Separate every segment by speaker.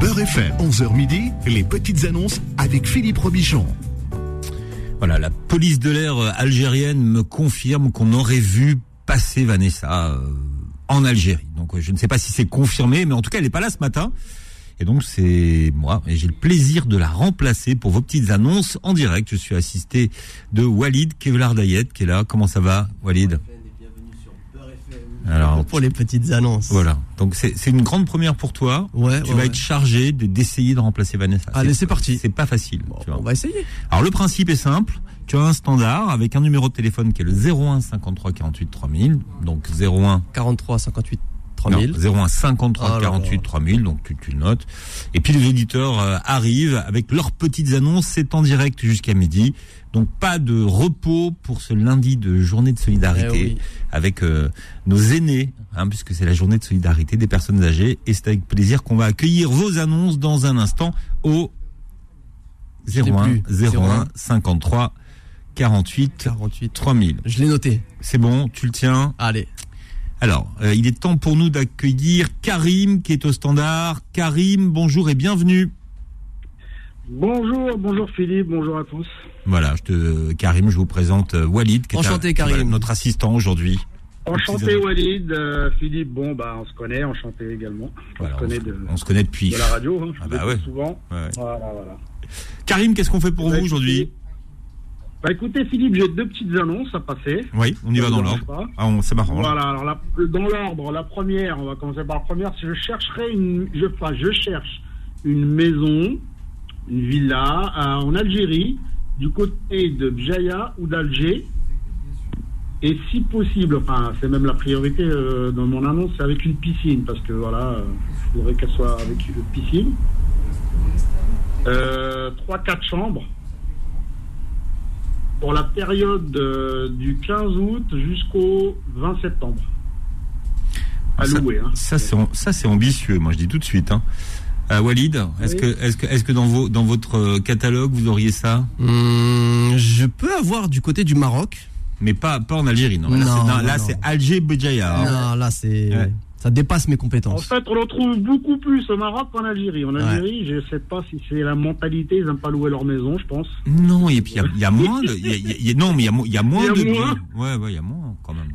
Speaker 1: Beurre FM, 11h midi, les petites annonces avec Philippe Robichon.
Speaker 2: Voilà, la police de l'air euh, algérienne me confirme qu'on aurait vu passer Vanessa euh, en Algérie. Donc euh, je ne sais pas si c'est confirmé, mais en tout cas, elle n'est pas là ce matin. Et donc c'est moi, et j'ai le plaisir de la remplacer pour vos petites annonces en direct. Je suis assisté de Walid Kevlar-Dayet qui est là. Comment ça va, Walid Alors,
Speaker 3: pour les petites annonces.
Speaker 2: voilà. Donc c'est c'est une grande première pour toi.
Speaker 3: Ouais,
Speaker 2: tu
Speaker 3: ouais,
Speaker 2: vas
Speaker 3: ouais.
Speaker 2: être chargé de- d'essayer de remplacer Vanessa.
Speaker 3: Allez, c'est parti.
Speaker 2: C'est pas facile. tu vois.
Speaker 3: On va essayer.
Speaker 2: Alors le principe est simple. Tu as un standard avec un numéro de téléphone qui est le 01 53 48 3000. Donc 01
Speaker 3: 43, 58,
Speaker 2: non,
Speaker 3: 3000.
Speaker 2: 01 53
Speaker 3: Oh là là.
Speaker 2: 48 3000. Donc tu, tu le notes. Et puis les auditeurs euh, arrivent avec leurs petites annonces. C'est en direct jusqu'à midi. Donc pas de repos pour ce lundi de journée de solidarité
Speaker 3: Eh oui.
Speaker 2: avec euh, nos aînés, hein, puisque c'est la journée de solidarité des personnes âgées. Et c'est avec plaisir qu'on va accueillir vos annonces dans un instant au
Speaker 3: l'ai
Speaker 2: 01
Speaker 3: plus.
Speaker 2: 01 53 48
Speaker 3: 48,
Speaker 2: 3000.
Speaker 3: Je l'ai noté.
Speaker 2: C'est bon, tu le tiens.
Speaker 3: Allez.
Speaker 2: Alors, euh, il est temps pour nous d'accueillir Karim qui est au standard. Karim, bonjour et bienvenue.
Speaker 4: Bonjour, bonjour Philippe, bonjour à tous.
Speaker 2: Voilà, je te, Karim, je vous présente euh, Walid, qui
Speaker 3: Enchanté,
Speaker 2: est ta-
Speaker 3: Karim.
Speaker 2: voilà, notre assistant aujourd'hui.
Speaker 4: Enchanté Walid, euh, Philippe, bon bah on se connaît, enchanté également. On
Speaker 2: Voilà,
Speaker 4: se
Speaker 2: on,
Speaker 4: connaît
Speaker 2: se,
Speaker 4: de,
Speaker 2: on se connaît depuis.
Speaker 4: de la radio, hein, je
Speaker 2: Ah
Speaker 4: vous
Speaker 2: bah
Speaker 4: écoute
Speaker 2: ouais.
Speaker 4: souvent.
Speaker 2: Ouais, ouais.
Speaker 4: Voilà, voilà.
Speaker 2: Karim, qu'est-ce qu'on fait pour
Speaker 4: Bah,
Speaker 2: vous aujourd'hui
Speaker 4: écoutez- Bah écoutez Philippe, j'ai deux petites annonces à passer.
Speaker 2: Oui, on y va
Speaker 4: Ça
Speaker 2: dans
Speaker 4: vous
Speaker 2: l'ordre.
Speaker 4: dérange pas
Speaker 2: Ah, on, ça m'arrange.
Speaker 4: Voilà, alors la- dans l'ordre, la première, on va commencer par la première, je chercherai une je, enfin, je cherche une maison, une villa euh, en Algérie, du côté de Bjaïa ou d'Alger. Et si possible, enfin c'est même la priorité euh, dans mon annonce, c'est avec une piscine, parce que voilà, euh, il faudrait qu'elle soit avec une piscine. Euh, Trois, quatre chambres pour la période euh, du 15 août jusqu'au 20 septembre. À
Speaker 2: Ça-
Speaker 4: louer. Hein.
Speaker 2: Ça, c'est ça, c'est ambitieux. Moi, je dis tout de suite. Hein. Euh, Walid, est-ce
Speaker 4: Oui.
Speaker 2: que, est-ce que, est-ce que dans vos, dans votre euh, catalogue, vous auriez ça,
Speaker 3: Hum, je peux avoir du côté du Maroc.
Speaker 2: mais pas, pas en Algérie, non. Là,
Speaker 3: Non,
Speaker 2: c'est-
Speaker 3: non,
Speaker 2: là,
Speaker 3: non.
Speaker 2: c'est Alger Béjaïa.
Speaker 3: Non, là, c'est.
Speaker 2: Ouais.
Speaker 3: Ça dépasse mes
Speaker 4: En
Speaker 3: compétences.
Speaker 4: fait, on le trouve beaucoup plus au Maroc qu'en Algérie. En
Speaker 3: Ouais.
Speaker 4: Algérie, je sais pas si c'est la mentalité, ils n'aiment pas louer leur maison, je pense.
Speaker 2: Non, et puis il y a- il y, a moins de, il y a- il y a- il y a- non, mais il y a, mo- il y a moins
Speaker 4: Il y a
Speaker 2: de,
Speaker 4: moins.
Speaker 2: ouais, ouais, il y a moins quand même.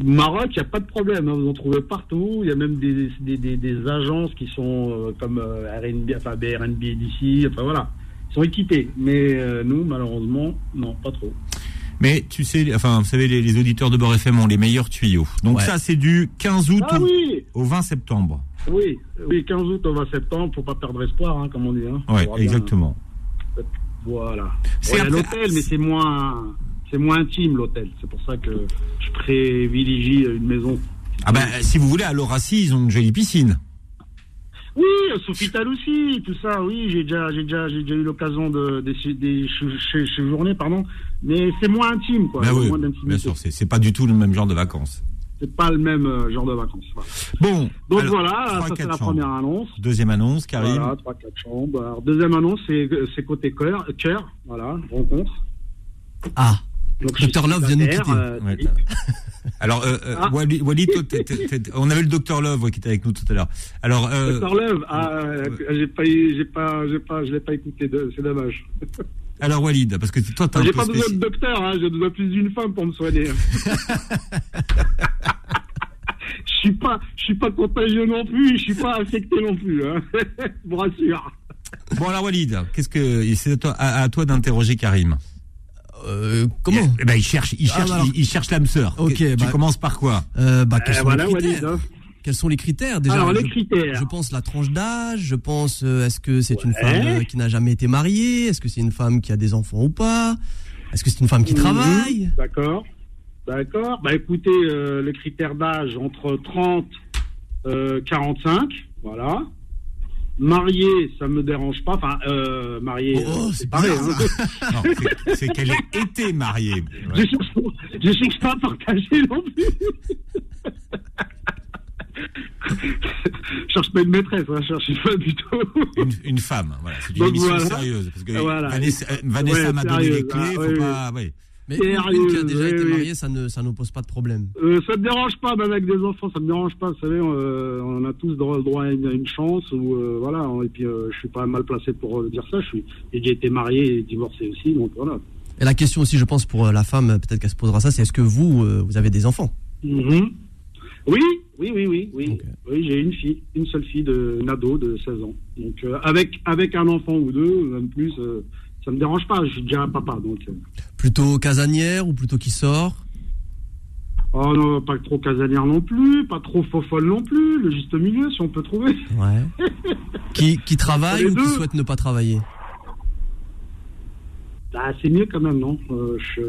Speaker 4: Au Maroc, il n'y a pas de problème, hein, vous en trouvez partout. Il y a même des, des, des- des agences qui sont euh, comme euh, RNB, enfin BRNB d'ici, enfin voilà. Ils sont équités. Mais euh, nous, malheureusement, non, pas trop.
Speaker 2: Mais tu sais, enfin, vous savez, les, les auditeurs de Beurre FM ont les meilleurs tuyaux. Donc
Speaker 3: Ouais.
Speaker 2: ça, c'est du 15 août
Speaker 4: Ah
Speaker 2: au,
Speaker 4: oui
Speaker 2: au 20 septembre.
Speaker 4: Oui, oui, 15 août au 20 septembre, faut pas perdre espoir, hein, comme on dit. Hein.
Speaker 2: Ouais,
Speaker 4: On verra bien.
Speaker 2: exactement.
Speaker 4: Voilà.
Speaker 2: C'est
Speaker 4: Bon, Il y a
Speaker 2: après-
Speaker 4: l'hôtel, mais c'est moins, c'est moins intime l'hôtel. C'est pour ça que je privilégie une maison.
Speaker 2: Ah ben, si vous voulez, à l'Orassi, ils ont une jolie piscine.
Speaker 4: Oui, Sofital aussi, tout ça. Oui, j'ai déjà, j'ai déjà, j'ai déjà eu l'occasion de des de, journées, pardon. Mais c'est moins intime, quoi.
Speaker 2: Ben
Speaker 4: Il y a
Speaker 2: oui,
Speaker 4: moins
Speaker 2: bien
Speaker 4: d'intimité.
Speaker 2: sûr, c'est c'est pas du tout le même genre de vacances.
Speaker 4: C'est pas le même euh, genre de vacances. voilà.
Speaker 2: Bon,
Speaker 4: Donc
Speaker 2: alors,
Speaker 4: voilà,
Speaker 2: trois,
Speaker 4: ça c'est
Speaker 2: quatre
Speaker 4: la
Speaker 2: chambres.
Speaker 4: première annonce.
Speaker 2: Deuxième annonce, Karim.
Speaker 4: Voilà, trois, quatre chambres. Alors, deuxième annonce, c'est c'est côté cœur, cœur. Voilà, rencontre.
Speaker 3: Ah,
Speaker 4: Donc,
Speaker 3: Dr.
Speaker 4: je suis
Speaker 3: Love vient de nous
Speaker 4: célibataire,
Speaker 3: quitter.
Speaker 4: euh,
Speaker 2: Ouais. Alors, euh, euh,
Speaker 4: Ah.
Speaker 2: Wally, Wally, toi, t'es- t'es- t'es- on avait le docteur Love ouais, qui était avec nous tout à l'heure. Alors, euh,
Speaker 4: Docteur Love, ah, euh, j'ai pas, eu- j'ai pas, j'ai pas, je l'ai pas écouté, de- c'est dommage.
Speaker 2: alors Walid, parce que toi, t'es un
Speaker 4: J'ai
Speaker 2: peu
Speaker 4: pas besoin de
Speaker 2: spécial.
Speaker 4: docteur, hein, j'ai besoin plus d'une femme pour me soigner. Je suis pas, je suis pas contagieux non plus, je suis pas infecté non plus. Hein. Je vous rassure.
Speaker 2: Bon, alors Walid, qu'est-ce que c'est à toi, à, à toi d'interroger Karim
Speaker 3: euh, comment
Speaker 2: Eh ben, il cherche, il
Speaker 3: Ah,
Speaker 2: cherche,
Speaker 3: bah alors.
Speaker 2: il, il cherche l'âme sœur.
Speaker 3: Ok,
Speaker 2: tu
Speaker 3: bah-
Speaker 2: commences par quoi
Speaker 3: Euh, bah, quels,
Speaker 4: Eh,
Speaker 3: sont
Speaker 4: voilà,
Speaker 3: les critères
Speaker 4: Walid. hein.
Speaker 3: quels sont les critères déjà
Speaker 4: Alors les
Speaker 3: je,
Speaker 4: critères.
Speaker 3: je pense la tranche d'âge, je pense euh, est-ce que c'est une
Speaker 4: Ouais.
Speaker 3: femme euh, qui n'a jamais été mariée, est-ce que c'est une femme qui a des enfants ou pas, est-ce que c'est une femme qui travaille
Speaker 4: Mhm, D'accord. D'accord. Bah écoutez, euh, les critères d'âge entre 30 euh, 45, voilà. Marié, ça me dérange pas. Enfin, euh, marié,
Speaker 3: Oh,
Speaker 4: euh,
Speaker 3: c'est bizarre,
Speaker 4: hein.
Speaker 2: Non, c'est- C'est qu'elle ait été mariée.
Speaker 4: Je
Speaker 2: Ouais.
Speaker 4: cherche, je cherche pas à partager non plus. je cherche pas une maîtresse, hein, je cherche une femme plutôt.
Speaker 2: Une, une femme, voilà. C'est une
Speaker 4: Donc,
Speaker 2: émission
Speaker 4: voilà.
Speaker 2: sérieuse. Parce que
Speaker 4: Voilà.
Speaker 2: Vanessa, euh, Vanessa
Speaker 4: Ouais,
Speaker 2: m'a donné les
Speaker 4: sérieuse,
Speaker 2: clés,
Speaker 4: ah,
Speaker 2: faut
Speaker 4: oui,
Speaker 2: pas. ouais.
Speaker 3: Mais une,
Speaker 4: Sérieux,
Speaker 3: qui a déjà
Speaker 4: oui,
Speaker 3: été
Speaker 4: oui.
Speaker 3: mariée, ça ne, ça ne pose pas de problème.
Speaker 4: Euh, ça me dérange pas, même avec des enfants, ça me dérange pas. Vous savez, euh, on a tous droit, droit à, une, à une chance. Ou euh, voilà. Et puis, euh, je suis pas mal placé pour euh, dire ça. Je suis, j'ai déjà été marié et divorcé aussi, donc voilà.
Speaker 3: Et la question aussi, je pense, pour euh, la femme, peut-être qu'elle se posera ça, c'est est-ce que vous, euh, vous avez des enfants
Speaker 4: Mhm. Oui, oui, oui, oui, oui.
Speaker 3: Ok.
Speaker 4: Oui, j'ai une fille, une seule fille de Nado de 16 ans. Donc euh, avec avec un enfant ou deux, même plus, euh, ça me dérange pas. Je suis déjà un papa, donc. euh.
Speaker 3: Plutôt casanière ou plutôt qui sort
Speaker 4: Oh non, pas trop casanière non plus, pas trop fofolle non plus, le juste milieu si on peut trouver.
Speaker 3: Ouais. qui, qui travaille ou
Speaker 4: Les
Speaker 3: qui
Speaker 4: deux.
Speaker 3: souhaite ne pas travailler
Speaker 4: Bah, c'est mieux quand même, non Euh, Je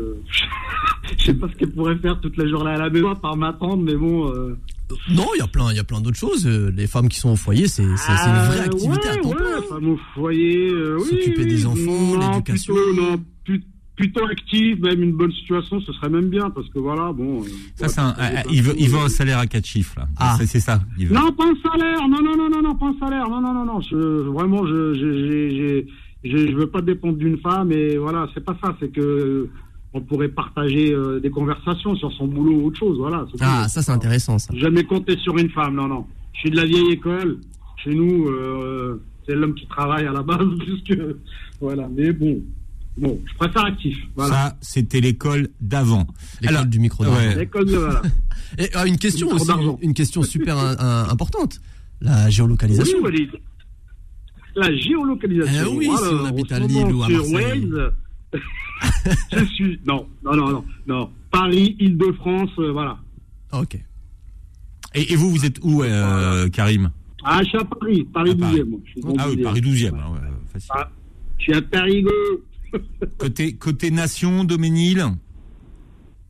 Speaker 4: je sais pas ce qu'elle pourrait faire toute la journée à la maison par m'attendre, mais bon. euh,
Speaker 3: Non, il y a plein, il y a plein d'autres choses. Euh, Les femmes qui sont au foyer, c'est c'est- c'est une vraie
Speaker 4: Euh,
Speaker 3: activité à
Speaker 4: ouais,
Speaker 3: temps
Speaker 4: ouais,
Speaker 3: plein.
Speaker 4: femme au foyer, euh, oui,
Speaker 3: S'occuper
Speaker 4: oui,
Speaker 3: des
Speaker 4: oui.
Speaker 3: enfants,
Speaker 4: Non,
Speaker 3: l'éducation.
Speaker 4: plutôt- non, pu- Plutôt active, même une bonne situation, ce serait même bien, parce que voilà, bon. euh,
Speaker 2: Ça, c'est un-
Speaker 4: pour
Speaker 2: ah,
Speaker 4: être-
Speaker 2: ah, il, veut, il veut un salaire à 4 chiffres, là.
Speaker 3: Ah.
Speaker 2: C'est- C'est ça. il veut.
Speaker 4: Non, pas un salaire, non, non, non, non, non, pas un salaire, non, non, non, non, je- vraiment, je, je, je, je, je- je veux pas dépendre d'une femme, et voilà, c'est pas ça, c'est que euh, on pourrait partager euh, des conversations sur son boulot ou autre chose, voilà. c'est tout.
Speaker 3: Ah, ça c'est intéressant ça.
Speaker 4: Jamais compter sur une femme, non, non. Je suis de la vieille école. Chez nous, euh, c'est l'homme qui travaille à la base, puisque. Voilà, mais bon. Bon, je préfère actif. Voilà.
Speaker 2: Ça, c'était l'école d'avant.
Speaker 3: L'école
Speaker 2: Alors,
Speaker 3: du micro d'argent.
Speaker 2: ouais.
Speaker 4: L'école, euh, voilà.
Speaker 3: Et ah, une question
Speaker 4: Micro
Speaker 3: aussi,
Speaker 4: d'argent.
Speaker 3: une question super un- un- importante. La géolocalisation.
Speaker 4: Oui, Walid. La
Speaker 2: Euh,
Speaker 4: géolocalisation.
Speaker 3: Eh oui, si on habite
Speaker 4: en
Speaker 3: à
Speaker 4: ce
Speaker 3: Lille
Speaker 4: moment,
Speaker 3: ou à
Speaker 4: sur
Speaker 3: Marseille.
Speaker 4: Waze, je suis. Non, non, non, non. non. Paris, Île-de-France, euh, voilà.
Speaker 3: Ah, ok.
Speaker 2: Et, et vous, vous êtes où, euh, Karim
Speaker 4: Ah, je suis à Paris, Paris
Speaker 2: À Paris.
Speaker 4: 12e. moi. Je suis dans
Speaker 2: Ah oui,
Speaker 4: 12e.
Speaker 2: Paris 12e. hein, ouais, facile.
Speaker 4: Ah, je suis à Périgueux.
Speaker 2: Côté, côté nation, Doménil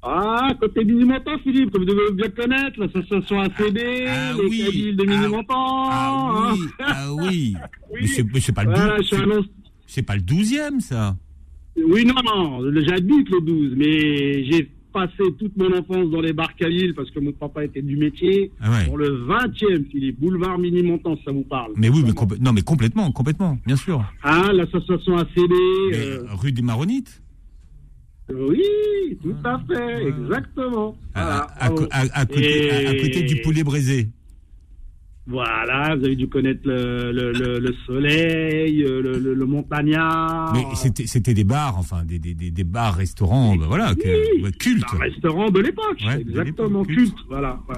Speaker 4: Ah, côté Minimontant, Philippe, comme vous devez bien connaître, l'association ACD,
Speaker 2: Ah
Speaker 4: les
Speaker 2: oui,
Speaker 4: Kabyles de
Speaker 2: ah-
Speaker 4: Minimontant.
Speaker 2: Ah oui,
Speaker 4: Oh
Speaker 2: ah oui. Mais c'est- Mais c'est pas, le dou-
Speaker 4: Voilà, Ah, je suis
Speaker 2: c'est-
Speaker 4: un ancien-
Speaker 2: c'est pas le 12e, ça.
Speaker 4: Oui, non, non, j'habite le 12, mais j'ai passé toute mon enfance dans les bars Kabyles parce que mon papa était du métier.
Speaker 2: Ah ouais.
Speaker 4: Dans le 20e, Philippe, boulevard Minimontant, ça vous parle.
Speaker 2: Mais oui, mais, compl- non, mais complètement, complètement, bien sûr.
Speaker 4: Ah, l'association ACD.
Speaker 2: Mais,
Speaker 4: euh,
Speaker 2: rue des Maronites
Speaker 4: oui, tout à fait,
Speaker 2: Ouais.
Speaker 4: exactement.
Speaker 2: à,
Speaker 4: Voilà,
Speaker 2: à- à co-
Speaker 4: bravo.
Speaker 2: à- à côté, à- à côté du
Speaker 4: Et-
Speaker 2: poulet braisé.
Speaker 4: Voilà, vous avez dû connaître le, le, le, le soleil, euh, le, le, le montagnard.
Speaker 2: Mais c'était c'était des bars, enfin, des, des, des, des bars, restaurants, bah voilà, que,
Speaker 4: Oui,
Speaker 2: ouais, cultes.
Speaker 4: Un restaurant de l'époque,
Speaker 2: Ouais, de
Speaker 4: exactement,
Speaker 2: l'époque, culte.
Speaker 4: culte. Voilà, ouais.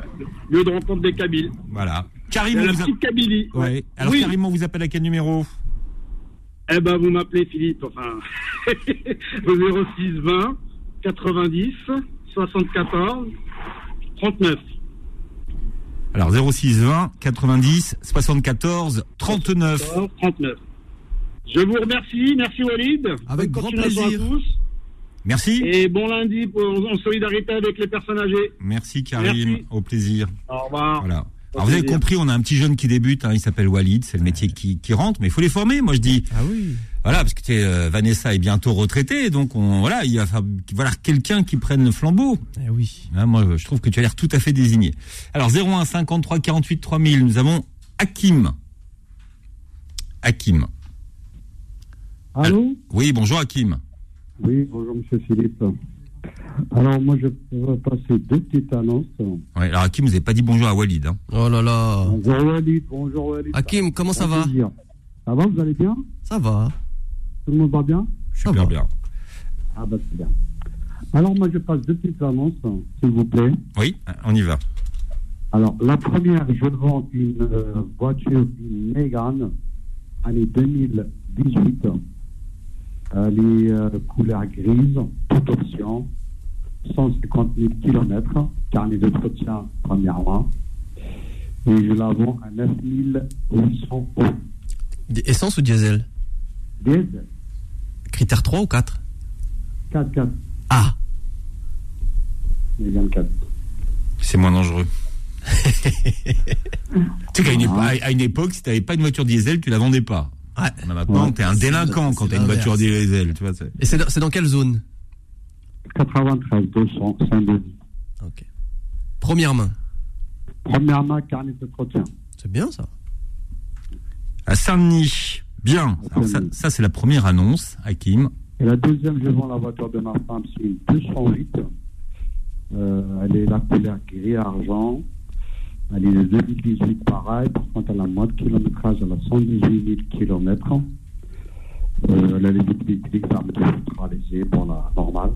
Speaker 4: lieu de rencontre des Kabyles.
Speaker 2: Voilà.
Speaker 4: Il
Speaker 2: Karim,
Speaker 4: y a
Speaker 2: on
Speaker 4: la
Speaker 2: vous a-
Speaker 4: petite Kabylie.
Speaker 2: ouais. Alors,
Speaker 4: oui.
Speaker 2: Karim, on vous appelle à quel numéro
Speaker 4: Eh ben, vous m'appelez Philippe, enfin, au 06 20 90 74 39.
Speaker 2: Alors, 06 20 90 74 39.
Speaker 4: 39. Je vous remercie, merci Walid.
Speaker 3: Avec grand
Speaker 4: Bonne continuation à
Speaker 3: plaisir.
Speaker 4: tous.
Speaker 2: Merci.
Speaker 4: Et bon lundi pour- en solidarité avec les personnes âgées.
Speaker 2: Merci, Karim.
Speaker 4: Merci.
Speaker 2: Au plaisir.
Speaker 4: Au revoir.
Speaker 2: Voilà.
Speaker 4: Au
Speaker 2: Alors vous avez
Speaker 4: plaisir.
Speaker 2: compris, on a un petit jeune qui débute, hein, il s'appelle Walid, c'est le métier qui, qui rentre, mais il faut les former, moi je dis.
Speaker 3: Ah oui.
Speaker 2: Voilà, parce que tu sais, euh, Vanessa est bientôt retraitée, donc on, voilà, il va falloir voilà, quelqu'un qui prenne le flambeau.
Speaker 3: Eh oui.
Speaker 2: Hein, moi je trouve que tu as l'air tout à fait désigné. Alors 01 53 48 3000, nous avons Hakim. Hakim.
Speaker 5: Allô
Speaker 2: Oui, bonjour Hakim.
Speaker 5: Oui, bonjour Monsieur Philippe. Alors moi je vais passer deux petites annonces.
Speaker 2: Ouais, alors Hakim, vous n'avez pas dit bonjour à Walid. Hein.
Speaker 3: Oh là là.
Speaker 5: Bonjour Walid, bonjour Walid.
Speaker 3: Hakim, comment ça va
Speaker 5: Plaisir. Ça va, vous allez bien
Speaker 3: Ça va.
Speaker 5: Tout le monde va bien
Speaker 3: Ça
Speaker 2: Super
Speaker 3: va.
Speaker 2: bien.
Speaker 5: Ah bah c'est bien. Alors moi je passe deux petites annonces, s'il vous plaît.
Speaker 2: Oui, on y va.
Speaker 5: Alors la première, je vends une euh, voiture, une Mégane, année 2018. Elle est euh, couleur grise, toute option, 150 000 km, carnet d'entretien premièrement. Et je la vends à 9 800 euros.
Speaker 3: D- Essence ou diesel
Speaker 5: Diesel,
Speaker 3: Critère 3 ou 4
Speaker 5: 4 4
Speaker 3: Ah.
Speaker 5: Mégane 4.
Speaker 2: C'est moins dangereux. tu sais qu'à une, épo- à- à une époque, si t'avais pas une voiture diesel, tu la vendais pas.
Speaker 3: Ouais.
Speaker 2: Mais maintenant,
Speaker 5: Ouais.
Speaker 2: t'es un délinquant
Speaker 3: C'est-
Speaker 2: quand
Speaker 3: c'est
Speaker 2: t'as une
Speaker 3: l'inverse.
Speaker 2: voiture diesel. Tu vois, c'est-
Speaker 3: Et c'est dans, c'est dans quelle zone
Speaker 5: 93 200 Saint-Denis.
Speaker 3: Ok. Première main.
Speaker 5: Premièrement, carnet d'entretien.
Speaker 3: C'est bien ça.
Speaker 2: à Saint-Denis. Bien. Alors ça,
Speaker 5: Saint-Denis.
Speaker 2: ça, c'est la première annonce, Hakim.
Speaker 5: Et la deuxième, je vends la voiture de ma femme, c'est une 208. Euh, elle est la couleur gris argent. Elle est de 2018, pareil. Par contre, elle a moins de kilométrage, elle a 118 000 km. Euh, elle a les vitres vitriques, ça me neutralisée pour la normale.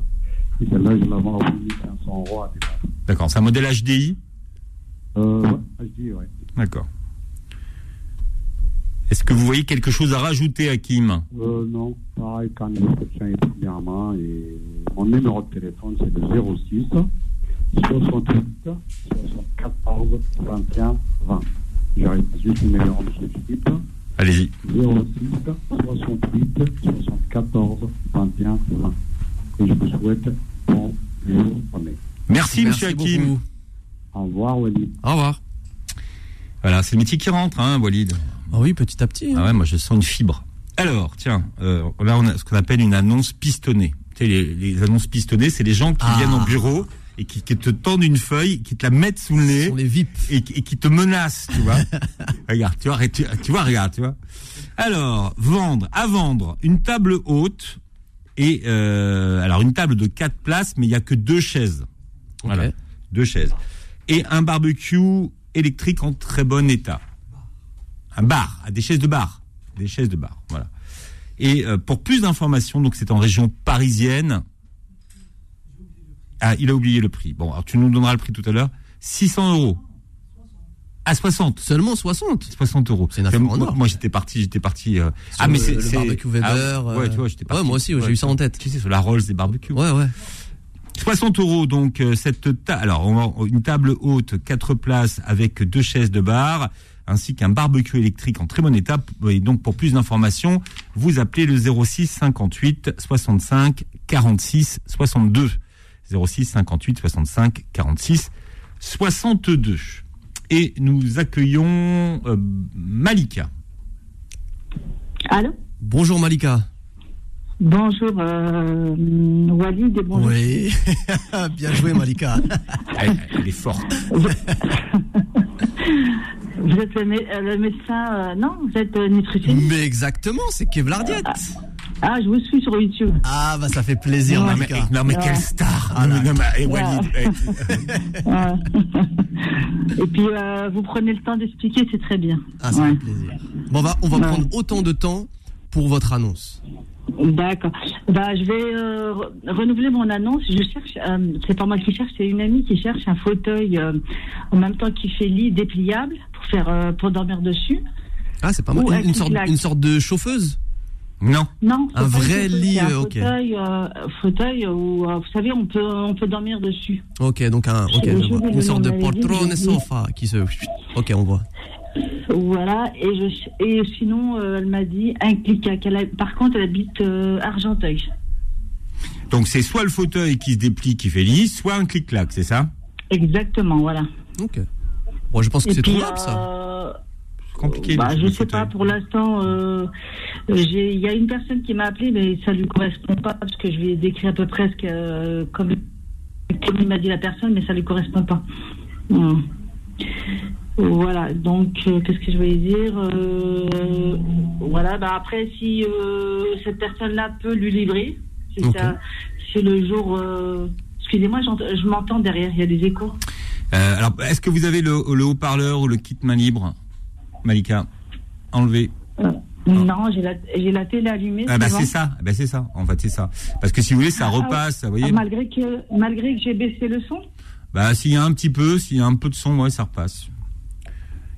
Speaker 5: Et celle-là, je la vends à 1500 euros à des
Speaker 2: D'accord, c'est un modèle HDI
Speaker 5: Euh, ouais, HD, ouais.
Speaker 2: D'accord. Est-ce que vous voyez quelque chose à rajouter, Hakim
Speaker 5: Euh, non, pareil, quand l'entretien est premièrement. Et mon numéro de téléphone, c'est le 06 68 74 21 20. Je répète juste le numéro de ce type.
Speaker 2: Allez-y.
Speaker 5: 06 68 74 21 20. Et je vous souhaite bon jour. journée.
Speaker 2: Merci, monsieur Hakim.
Speaker 3: beaucoup.
Speaker 5: Au revoir, Walid.
Speaker 3: Au revoir.
Speaker 2: Voilà, c'est le métier qui rentre, hein, Walid.
Speaker 3: Ah oui, petit à petit. hein.
Speaker 2: Ah ouais, moi je sens une fibre. Alors, tiens, euh, là on a ce qu'on appelle une annonce pistonnée. Tu sais, les, les annonces pistonnées, c'est les gens qui
Speaker 3: Ah.
Speaker 2: viennent en bureau et qui, qui te tendent une feuille, qui te la mettent sous le
Speaker 3: Ce
Speaker 2: nez
Speaker 3: sont les VIP.
Speaker 2: et, qui- et qui te menacent, tu vois. regarde, tu vois, arrête, tu, tu vois, regarde, tu vois. Alors, vendre, à vendre, une table haute et euh, alors une table de quatre places, mais il y a que deux chaises. Voilà,
Speaker 3: Ok.
Speaker 2: deux chaises et un barbecue électrique en très bon état. Un bar, ah, des chaises de bar, des chaises de bar, voilà. Et euh, pour plus d'informations, donc c'est en région parisienne. Ah, il a oublié le prix. Bon, alors tu nous donneras le prix tout à l'heure. 600 euros. À 60.
Speaker 3: Seulement 60.
Speaker 2: 60 euros.
Speaker 3: C'est une affaire
Speaker 2: Moi-
Speaker 3: en or.
Speaker 2: Moi, j'étais parti, j'étais parti. euh,
Speaker 3: Sur le- le barbecue Weber,
Speaker 2: Ah, ouais,
Speaker 3: euh,
Speaker 2: tu vois, j'étais
Speaker 3: ouais,
Speaker 2: parti.
Speaker 3: moi aussi, ouais, j'ai eu ça en tête.
Speaker 2: Tu sais, sur la Rolls des barbecues.
Speaker 3: Ouais, ouais.
Speaker 2: 60 euros donc euh, cette table. Alors on va- une table haute, quatre places avec deux chaises de bar, ainsi qu'un barbecue électrique en très bonne état. Et donc pour plus d'informations, vous appelez le 06 58 65 46 62. 06 58 65 46 62. Et nous accueillons euh, Malika.
Speaker 6: Allô
Speaker 3: Bonjour Malika.
Speaker 6: Bonjour euh, Walid et bonjour.
Speaker 3: Oui. Bien joué Malika.
Speaker 2: Elle, elle est forte.
Speaker 6: Vous êtes le, mé- euh, le médecin, euh, non Vous êtes euh, nutritionniste
Speaker 3: Mais exactement, c'est Kevlardiette.
Speaker 6: Ah, je vous suis sur YouTube.
Speaker 3: Ah bah ça fait plaisir
Speaker 2: Non mais,
Speaker 3: Malika. Ah,
Speaker 2: non, mais quelle star. Non, mais- non, mais- eh, Walid, eh,
Speaker 6: Ouais. et puis, euh, vous prenez le temps d'expliquer, c'est très bien.
Speaker 3: Ah ça
Speaker 6: Ouais.
Speaker 3: fait plaisir. Bon on va, on va
Speaker 6: Ouais.
Speaker 3: prendre autant de temps pour votre annonce.
Speaker 6: D'accord. Bah, je vais euh, re- renouveler mon annonce. Je cherche, euh, c'est pas moi qui cherche, c'est une amie qui cherche un fauteuil euh, en même temps qui fait lit dépliable pour faire euh, pour dormir dessus.
Speaker 3: Ah c'est pas mal.
Speaker 6: Ou
Speaker 3: Une,
Speaker 6: est-ce
Speaker 3: une sorte,
Speaker 6: qu'il a-
Speaker 3: une sorte de chauffeuse.
Speaker 2: Non.
Speaker 3: Un
Speaker 6: Non, c'est pas
Speaker 3: vrai
Speaker 6: fauteuil,
Speaker 3: lit,
Speaker 6: c'est un
Speaker 3: euh, ok.
Speaker 6: fauteuil, euh, fauteuil où euh, vous savez on peut on peut dormir dessus.
Speaker 3: Ok donc un, ok,
Speaker 6: Je
Speaker 3: je vois.
Speaker 6: vous
Speaker 3: une
Speaker 6: le
Speaker 3: sorte de
Speaker 6: nom, Malika,
Speaker 3: poltrone
Speaker 6: je vous-
Speaker 3: sofa qui se. Ok on voit.
Speaker 6: Voilà et je et sinon euh, elle m'a dit un clic euh, qu'elle a- par contre elle habite euh, Argenteuil.
Speaker 2: Donc c'est soit le fauteuil qui se déplie, qui fait lit, soit un clic-clac, c'est ça
Speaker 6: Exactement, voilà.
Speaker 3: Ok. Bon je pense que
Speaker 6: Et
Speaker 3: c'est
Speaker 6: puis,
Speaker 3: trouvable ça.
Speaker 6: euh,
Speaker 2: C'est compliqué.
Speaker 6: Bah,
Speaker 2: le
Speaker 6: je sais
Speaker 2: fauteuil.
Speaker 6: pas, pour l'instant, euh, j'ai- il y a une personne qui m'a appelé, mais ça lui correspond pas, parce que je lui ai décrit à peu près ce que, euh, comme, comme il m'a dit la personne, mais ça lui correspond pas. Hum. Voilà, donc euh, qu'est-ce que je voulais dire Euh, Voilà, bah après, si euh, cette personne-là peut lui livrer, si,
Speaker 3: Ok.
Speaker 6: ça- si le jour. euh, Excusez-moi, j'ent- je m'entends derrière, il y a des échos.
Speaker 2: Euh, alors, est-ce que vous avez le, le haut-parleur ou le kit main libre, Malika Enlevé.
Speaker 6: Non, j'ai la, j'ai la télé allumée.
Speaker 2: Ah bah
Speaker 6: c'est bon.
Speaker 2: c'est ça, Ah bah c'est ça. En fait c'est ça. Parce que si vous voulez, ça
Speaker 6: Ah,
Speaker 2: repasse. Vous voyez.
Speaker 6: Ah, malgré que malgré que j'ai baissé le son.
Speaker 2: Bah s'il y a un petit peu, s'il y a un peu de son, ouais, ça repasse.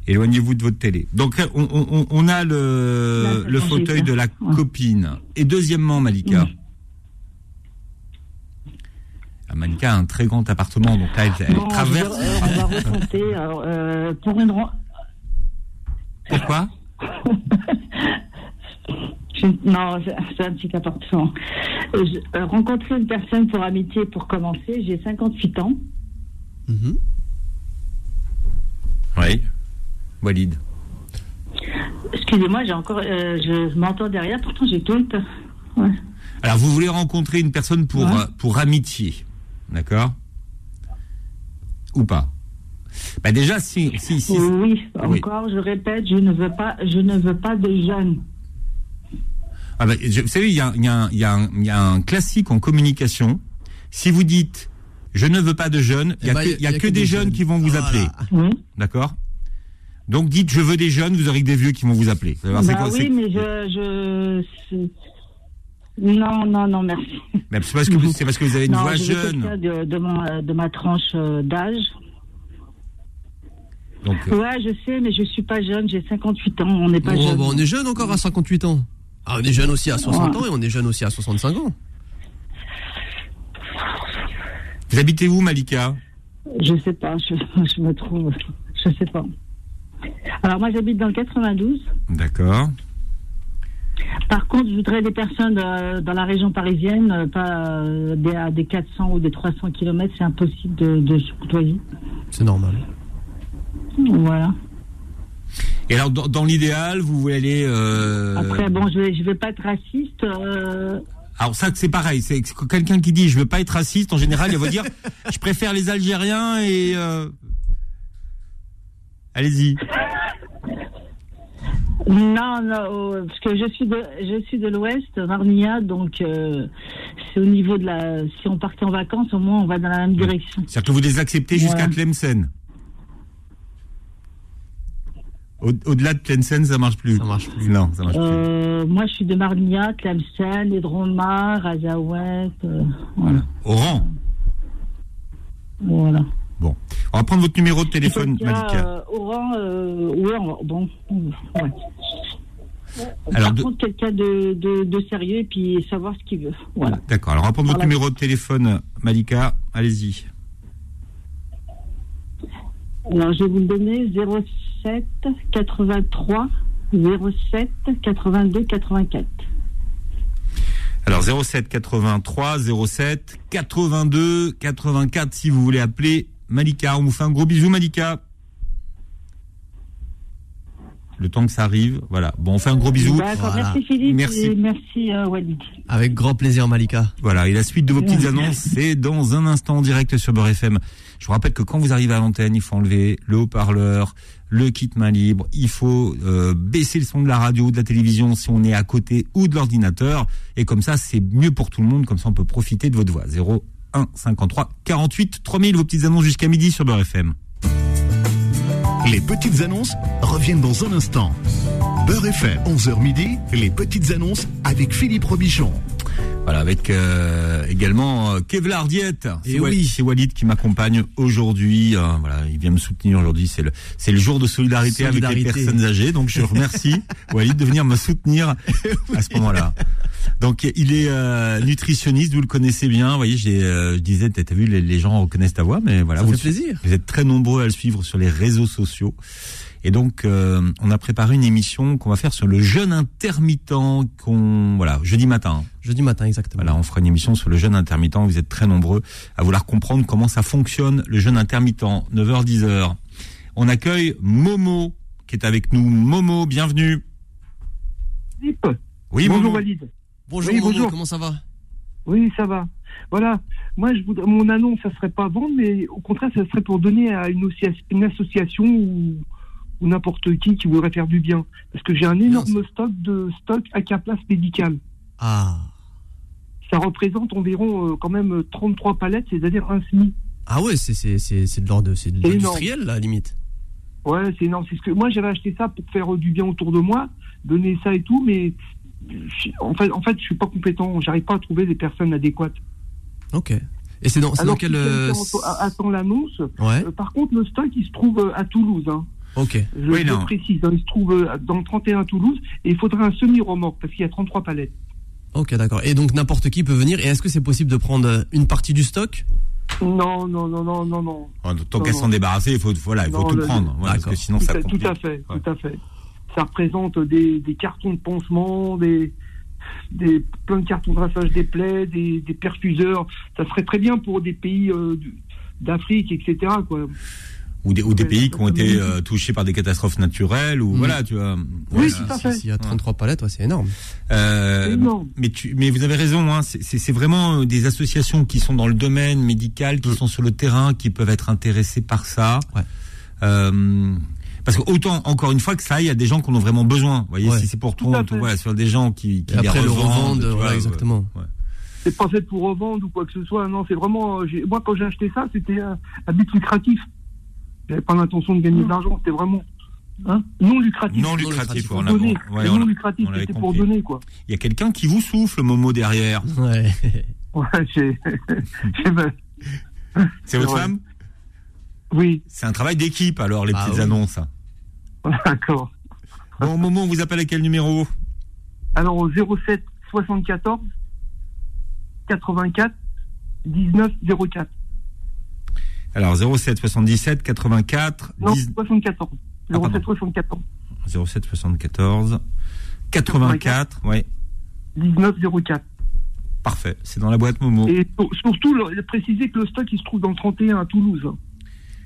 Speaker 2: Éloignez-vous de votre télé. Donc euh, on, on- on a
Speaker 6: Là,
Speaker 2: le,
Speaker 6: ça
Speaker 2: le
Speaker 6: change,
Speaker 2: fauteuil
Speaker 6: ça.
Speaker 2: de la
Speaker 6: Ouais.
Speaker 2: copine. Et deuxièmement, Malika.
Speaker 6: Oui.
Speaker 2: Ah, Malika a un très grand appartement, donc là elle, elle
Speaker 6: Bon,
Speaker 2: traverse.
Speaker 6: je- euh, on va raconter alors, euh, pour une ren-
Speaker 2: Pourquoi
Speaker 6: je- non, c'est c'est un petit appartement. Euh, je- euh, rencontrer une personne pour amitié pour commencer. J'ai 58 ans.
Speaker 3: Mhm.
Speaker 2: Oui. Walid.
Speaker 6: Excusez-moi, j'ai encore euh, je m'entends derrière. Pourtant j'ai tout. Ouais.
Speaker 2: Alors, vous voulez rencontrer une personne pour,
Speaker 6: Ouais.
Speaker 2: euh, pour amitié, d'accord Ou pas bah déjà, si, si, si,
Speaker 6: Oui,
Speaker 2: Oui.
Speaker 6: encore, je répète, je ne veux pas, je ne veux pas de jeunes.
Speaker 2: Ah bah, je- vous savez, il y a, il y a un- il y a un- il y a un classique en communication. Si vous dites je ne veux pas de jeunes, il y
Speaker 3: Eh
Speaker 2: a,
Speaker 3: ben,
Speaker 2: que, il y a que des jeunes qui vont vous
Speaker 3: Voilà.
Speaker 2: appeler. D'accord Donc dites je veux des jeunes, vous aurez que des vieux qui vont vous appeler. Vous allez voir, c'est
Speaker 6: bah
Speaker 2: quoi- c'est-
Speaker 6: oui, mais je. je c'est- non, non, non, merci.
Speaker 2: Mais c'est parce, que vous- c'est parce que vous avez une
Speaker 6: non,
Speaker 2: voix
Speaker 6: je veux quelqu'un
Speaker 2: jeune.
Speaker 6: De, de, mon, euh, de ma tranche euh, d'âge.
Speaker 2: Donc, euh,
Speaker 6: Ouais, je sais, mais je suis pas jeune, j'ai 58 ans, on n'est pas
Speaker 3: Bon,
Speaker 6: jeune.
Speaker 3: bah, on est jeune encore à 58 ans. Ah, on est jeune aussi à 60 ans et on est jeune aussi à 65 ans.
Speaker 2: vous habitez où, Malika
Speaker 6: Je sais pas, je, je me trouve, je sais pas. Alors moi j'habite dans le 92.
Speaker 2: D'accord.
Speaker 6: Par contre, je voudrais des personnes euh, dans la région parisienne, euh, pas euh, des, à des 400 ou des 300 km, c'est impossible de, de se côtoyer.
Speaker 3: C'est normal.
Speaker 6: Voilà.
Speaker 2: Et alors, dans, dans l'idéal, vous voulez aller. euh,
Speaker 6: Après, bon, je vais, je vais pas être raciste. euh,
Speaker 2: Alors ça, c'est pareil. C'est c'est quelqu'un qui dit je veux pas être raciste. En général, il va dire je préfère les Algériens et. euh, Allez-y.
Speaker 6: non, non, euh, parce que je suis de, je suis de l'Ouest, Marnia, donc euh, c'est au niveau de la. Si on partait en vacances, au moins on va dans la
Speaker 2: Ah,
Speaker 6: même direction.
Speaker 2: C'est-à-dire que vous les acceptez jusqu'à
Speaker 6: Voilà.
Speaker 2: Tlemcen. Au- Au-delà de Tlemcen, ça marche plus.
Speaker 3: Ça marche plus.
Speaker 2: Non, ça marche plus.
Speaker 6: Euh, moi, je suis de Marnia, Tlemcen, Edroma, Razaouet. euh, voilà.
Speaker 2: Oran.
Speaker 6: voilà.
Speaker 2: Bon, on va prendre votre numéro de téléphone,
Speaker 6: Donc, là,
Speaker 2: Malika.
Speaker 6: euh, Oran, euh, ouais, on- bon. on- ouais.
Speaker 2: Alors,
Speaker 6: Par
Speaker 2: de-
Speaker 6: contre, quelqu'un de, de, de sérieux et puis savoir ce qu'il veut. Voilà.
Speaker 2: d'accord. Alors, on va prendre votre
Speaker 6: Voilà.
Speaker 2: numéro de téléphone, Malika. Allez-y.
Speaker 6: Alors, je vais vous le donner 07 83 07 82 84.
Speaker 2: Alors 07 83 07 82 84 si vous voulez appeler Malika. On vous fait un gros bisou Malika. Le temps que ça arrive, voilà. Bon, on fait un gros bisou.
Speaker 6: D'accord,
Speaker 3: Voilà.
Speaker 6: merci Philippe
Speaker 2: Merci.
Speaker 6: et merci euh, Walid.
Speaker 3: Avec grand plaisir, Malika.
Speaker 2: Voilà, et la suite de vos petites annonces, c'est dans un instant en direct sur Beurre FM. Je vous rappelle que quand vous arrivez à l'antenne, il faut enlever le haut-parleur, le kit main libre, il faut euh, baisser le son de la radio ou de la télévision si on est à côté ou de l'ordinateur. Et comme ça, c'est mieux pour tout le monde, comme ça on peut profiter de votre voix. 0 1 53 48 3000, vos petites annonces jusqu'à midi sur Beurre FM.
Speaker 1: Les petites annonces reviennent dans un instant. Beurre FM, 11h midi, les petites annonces avec Philippe Robichon.
Speaker 2: Voilà, avec euh, également euh, Kevlar Diet.
Speaker 3: Et
Speaker 2: C'est Wa-
Speaker 3: oui.
Speaker 2: c'est Walid qui m'accompagne aujourd'hui. euh, voilà, il vient me soutenir aujourd'hui. C'est le c'est le jour de solidarité, avec les
Speaker 3: Solidarité.
Speaker 2: personnes âgées. Donc je remercie Walid de venir me soutenir à ce moment-là. Donc il est euh, nutritionniste, vous le connaissez bien. Vous voyez, j'ai euh, je disais, t'as t'as vu, les, les gens reconnaissent ta voix, mais voilà,
Speaker 3: Ça
Speaker 2: vous,
Speaker 3: fait plaisir.
Speaker 2: vous êtes très nombreux à le suivre sur les réseaux sociaux. Et donc, euh, on a préparé une émission qu'on va faire sur le jeûne intermittent, qu'on voilà jeudi matin.
Speaker 3: Jeudi matin, exactement.
Speaker 2: Voilà, on fera une émission sur le jeûne intermittent. Vous êtes très nombreux à vouloir comprendre comment ça fonctionne, le jeûne intermittent, 9h, 10h. On accueille Momo, qui est avec nous. Momo, bienvenue.
Speaker 7: Philippe.
Speaker 2: Oui,
Speaker 7: bonjour
Speaker 2: Momo.
Speaker 7: Walid.
Speaker 3: Bonjour,
Speaker 7: Oui,
Speaker 3: Momo,
Speaker 7: bonjour.
Speaker 3: comment ça va
Speaker 7: Oui, ça va. Voilà. Moi, je voudrais, mon annonce, ça serait pas vendre, mais au contraire, ça serait pour donner à une, associa- une association ou, ou n'importe qui qui voudrait faire du bien. Parce que j'ai un énorme stock de stock à place médicale.
Speaker 3: Ah.
Speaker 7: Ça représente environ euh, quand même euh, 33 palettes, c'est-à-dire un SMI.
Speaker 3: Ah ouais, c'est c'est- c'est- c'est de l'ordre c'est de
Speaker 7: C'est énorme.
Speaker 3: l'industriel, là, à la limite.
Speaker 7: Ouais, c'est énorme. C'est ce que moi j'avais acheté ça pour faire euh, du bien autour de moi, donner ça et tout, mais je- en fait, en fait, je suis pas compétent. J'arrive pas à trouver des personnes adéquates.
Speaker 3: Ok. Et c'est dans, c'est dans
Speaker 7: Alors,
Speaker 3: quel.
Speaker 7: si
Speaker 3: euh,
Speaker 7: quelqu'un atte- attend l'annonce,
Speaker 3: Ouais,
Speaker 7: Euh, par contre, le stock, il se trouve euh, à Toulouse. hein.
Speaker 3: ok.
Speaker 7: Je
Speaker 2: Oui,
Speaker 7: je
Speaker 2: non.
Speaker 7: précise, hein, il se trouve euh, dans le 31 à Toulouse et il faudrait un semi-remorque parce qu'il y a 33 palettes.
Speaker 3: Ok, d'accord. Et donc n'importe qui peut venir. Et est-ce que c'est possible de prendre euh, une partie du stock
Speaker 7: Non, non, non, non, non, non.
Speaker 2: En Tant qu'à s'en débarrasser, il faut, voilà, il faut
Speaker 7: Non,
Speaker 2: tout
Speaker 7: le-
Speaker 2: prendre. Ouais, parce
Speaker 3: D'accord.
Speaker 2: que sinon,
Speaker 7: tout,
Speaker 2: ça
Speaker 7: à, tout
Speaker 2: complique.
Speaker 7: à fait,
Speaker 2: Ouais.
Speaker 7: tout à fait. Ça représente des, des cartons de pansement, des, des plein de cartons de rinçage des plaies, des, des perfuseurs. Ça serait très bien pour des pays euh, du- d'Afrique, etc. Quoi.
Speaker 2: Ou des, ou des
Speaker 7: Ouais,
Speaker 2: pays qui ont été
Speaker 7: exactement.
Speaker 2: euh, touchés par des catastrophes naturelles, ou
Speaker 3: Mm.
Speaker 2: voilà, tu vois.
Speaker 7: Oui,
Speaker 2: Voilà.
Speaker 7: tout à
Speaker 3: Si-
Speaker 7: fait.
Speaker 3: S'il y a 33 palettes, ouais, c'est énorme.
Speaker 2: Euh,
Speaker 7: Énorme.
Speaker 2: mais tu, mais vous avez raison. Hein, c'est- c'est c'est vraiment euh, des associations qui sont dans le domaine
Speaker 7: Mm.
Speaker 2: médical, qui sont sur le terrain, qui peuvent être intéressées par ça.
Speaker 3: Ouais.
Speaker 2: Euh, Parce que autant, encore une fois, que ça aille à des gens qu'on a vraiment besoin. Vous voyez,
Speaker 3: Ouais.
Speaker 2: si c'est pour
Speaker 7: Tout à
Speaker 2: toi,
Speaker 7: fait.
Speaker 2: voilà, sur des gens qui, qui
Speaker 3: Et
Speaker 2: les
Speaker 3: après, le revendent,
Speaker 2: tu vois,
Speaker 3: voilà,
Speaker 2: ouais.
Speaker 3: exactement.
Speaker 2: Ouais.
Speaker 7: C'est pas fait pour revendre ou quoi que ce soit. Non, c'est vraiment. euh, j'ai- Moi, quand j'ai acheté ça, c'était euh, à but lucratif. J'avais pas l'intention de gagner de l'argent. C'était vraiment hein, non lucratif.
Speaker 2: Non
Speaker 7: Pour
Speaker 2: lucratif,
Speaker 3: lucratif,
Speaker 2: on l'a-
Speaker 7: donner.
Speaker 2: ouais,
Speaker 7: C'est
Speaker 2: on
Speaker 7: non
Speaker 2: l'a-
Speaker 7: lucratif.
Speaker 2: on l'avait
Speaker 7: C'était pour
Speaker 2: compris.
Speaker 7: donner quoi.
Speaker 2: Il y a quelqu'un qui vous souffle, Momo, derrière.
Speaker 3: Ouais.
Speaker 7: Ouais, j'ai. j'ai- ben,
Speaker 2: C'est votre
Speaker 7: Ouais.
Speaker 2: femme
Speaker 7: oui,
Speaker 2: C'est un travail d'équipe, alors, les
Speaker 3: Ah
Speaker 2: petites
Speaker 3: oui.
Speaker 2: annonces. hein.
Speaker 7: d'accord.
Speaker 2: Bon, Momo, on vous appelle à quel numéro
Speaker 7: Alors au 07 74 84 19 04.
Speaker 2: Alors, 07 77 84
Speaker 7: Non,
Speaker 2: 10
Speaker 7: 74.
Speaker 2: Ah, pardon.
Speaker 7: 07 74
Speaker 2: 07 74 84. Ouais,
Speaker 7: 19 04.
Speaker 2: parfait. C'est dans la boîte, Momo.
Speaker 7: Et pour- surtout, le- le préciser que le stock il se trouve dans le 31 à Toulouse.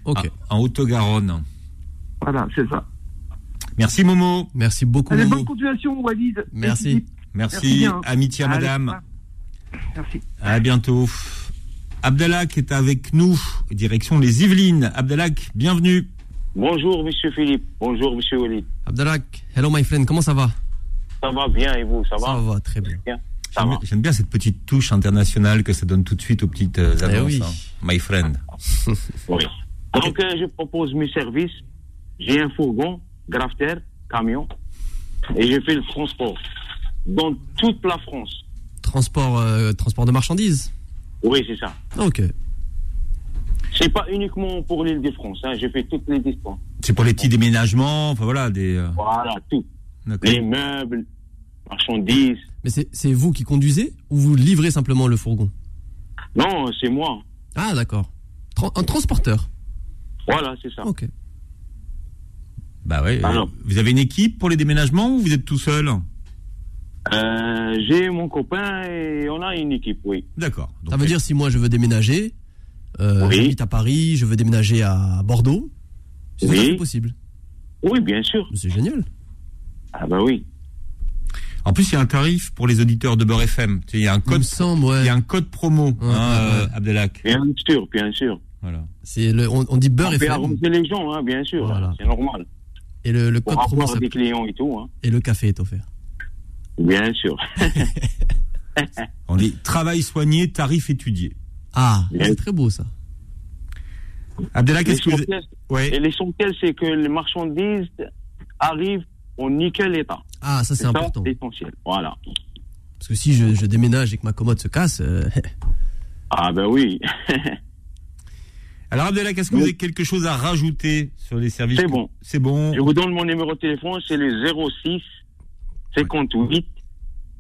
Speaker 3: Ok.
Speaker 2: Ah, En Haute-Garonne.
Speaker 7: Voilà, c'est ça.
Speaker 2: Merci, Momo.
Speaker 3: Merci beaucoup.
Speaker 7: Allez,
Speaker 3: Momo.
Speaker 7: bonne continuation, Walid.
Speaker 3: Merci.
Speaker 2: Merci.
Speaker 7: Merci bien.
Speaker 2: Amitié à
Speaker 7: Allez,
Speaker 2: madame.
Speaker 7: Merci.
Speaker 2: À bientôt. Abdallah qui est avec nous, direction les Yvelines. Abdallah, bienvenue.
Speaker 8: Bonjour, monsieur Philippe. Bonjour, monsieur Walid.
Speaker 3: Abdelak, hello my friend, comment ça va
Speaker 8: Ça va bien et vous, ça va
Speaker 3: très bien.
Speaker 8: Ça
Speaker 2: J'aime
Speaker 8: va.
Speaker 2: bien- J'aime bien cette petite touche internationale que ça donne tout de suite aux petites euh,
Speaker 3: Eh
Speaker 2: annonces.
Speaker 3: oui.
Speaker 2: hein. My friend.
Speaker 8: Oui. Donc, euh, je propose mes services. J'ai un fourgon, grafter, camion, et je fais le transport dans toute la France.
Speaker 3: Transport, euh, transport de marchandises
Speaker 8: Oui, c'est ça.
Speaker 3: Ok.
Speaker 8: C'est pas uniquement pour l'île de France, hein. je fais toutes les distances.
Speaker 2: C'est pour les petits déménagements, enfin voilà, des. euh,
Speaker 8: Voilà, tout.
Speaker 2: d'accord.
Speaker 8: Les meubles, marchandises.
Speaker 3: Mais c'est c'est vous qui conduisez ou vous livrez simplement le fourgon
Speaker 8: Non, c'est moi.
Speaker 3: Ah d'accord. Tran- un transporteur
Speaker 8: Voilà, c'est ça.
Speaker 3: Ok.
Speaker 2: Bah ouais.
Speaker 8: Ah
Speaker 2: euh,
Speaker 8: non.
Speaker 2: vous avez une équipe pour les déménagements ou vous êtes tout seul
Speaker 8: Euh, j'ai mon copain et on a une équipe, oui.
Speaker 2: D'accord. Donc,
Speaker 3: Ça veut dire si moi je veux déménager, euh,
Speaker 8: Oui.
Speaker 3: j'habite à Paris, je veux déménager à Bordeaux, c'est tout à
Speaker 8: Oui.
Speaker 3: fait possible.
Speaker 8: Oui, bien sûr.
Speaker 3: C'est génial.
Speaker 8: Ah bah oui.
Speaker 2: En plus, il y a un tarif pour les auditeurs de Beurre FM. Tu sais, Il y a un
Speaker 3: Comme
Speaker 2: code, il
Speaker 3: semble,
Speaker 2: y
Speaker 3: ouais.
Speaker 2: a un code promo, hein,
Speaker 3: ouais, ouais.
Speaker 2: euh, Abdelak.
Speaker 8: Bien sûr, bien sûr.
Speaker 2: Voilà.
Speaker 3: C'est le, on, on dit beurre
Speaker 8: On
Speaker 3: et
Speaker 8: fait
Speaker 3: FM
Speaker 8: arrondir les gens, hein, bien sûr.
Speaker 3: Voilà.
Speaker 8: C'est normal.
Speaker 3: et le, le
Speaker 8: Pour
Speaker 3: code promo
Speaker 8: avoir des
Speaker 3: s'appelle-
Speaker 8: clients et tout. Hein.
Speaker 3: et le café est offert.
Speaker 8: Bien sûr.
Speaker 2: On dit travail soigné, tarif étudié.
Speaker 3: Ah,
Speaker 8: Bien.
Speaker 3: c'est très beau ça.
Speaker 2: Abdelak, qu'est-ce que vous...
Speaker 8: L'essentiel,
Speaker 2: Ouais.
Speaker 8: et l'essentiel, c'est que les marchandises arrivent en nickel état.
Speaker 3: Ah, ça c'est
Speaker 8: ça,
Speaker 3: important.
Speaker 8: l'essentiel. Voilà.
Speaker 3: Parce que si je, je déménage et que ma commode se casse, euh,
Speaker 8: Ah ben oui.
Speaker 2: Alors Abdelak, est-ce que vous avez quelque chose à rajouter sur les services
Speaker 8: C'est
Speaker 2: que-
Speaker 8: bon.
Speaker 2: C'est bon.
Speaker 8: Je vous donne mon numéro de téléphone, c'est le 06 58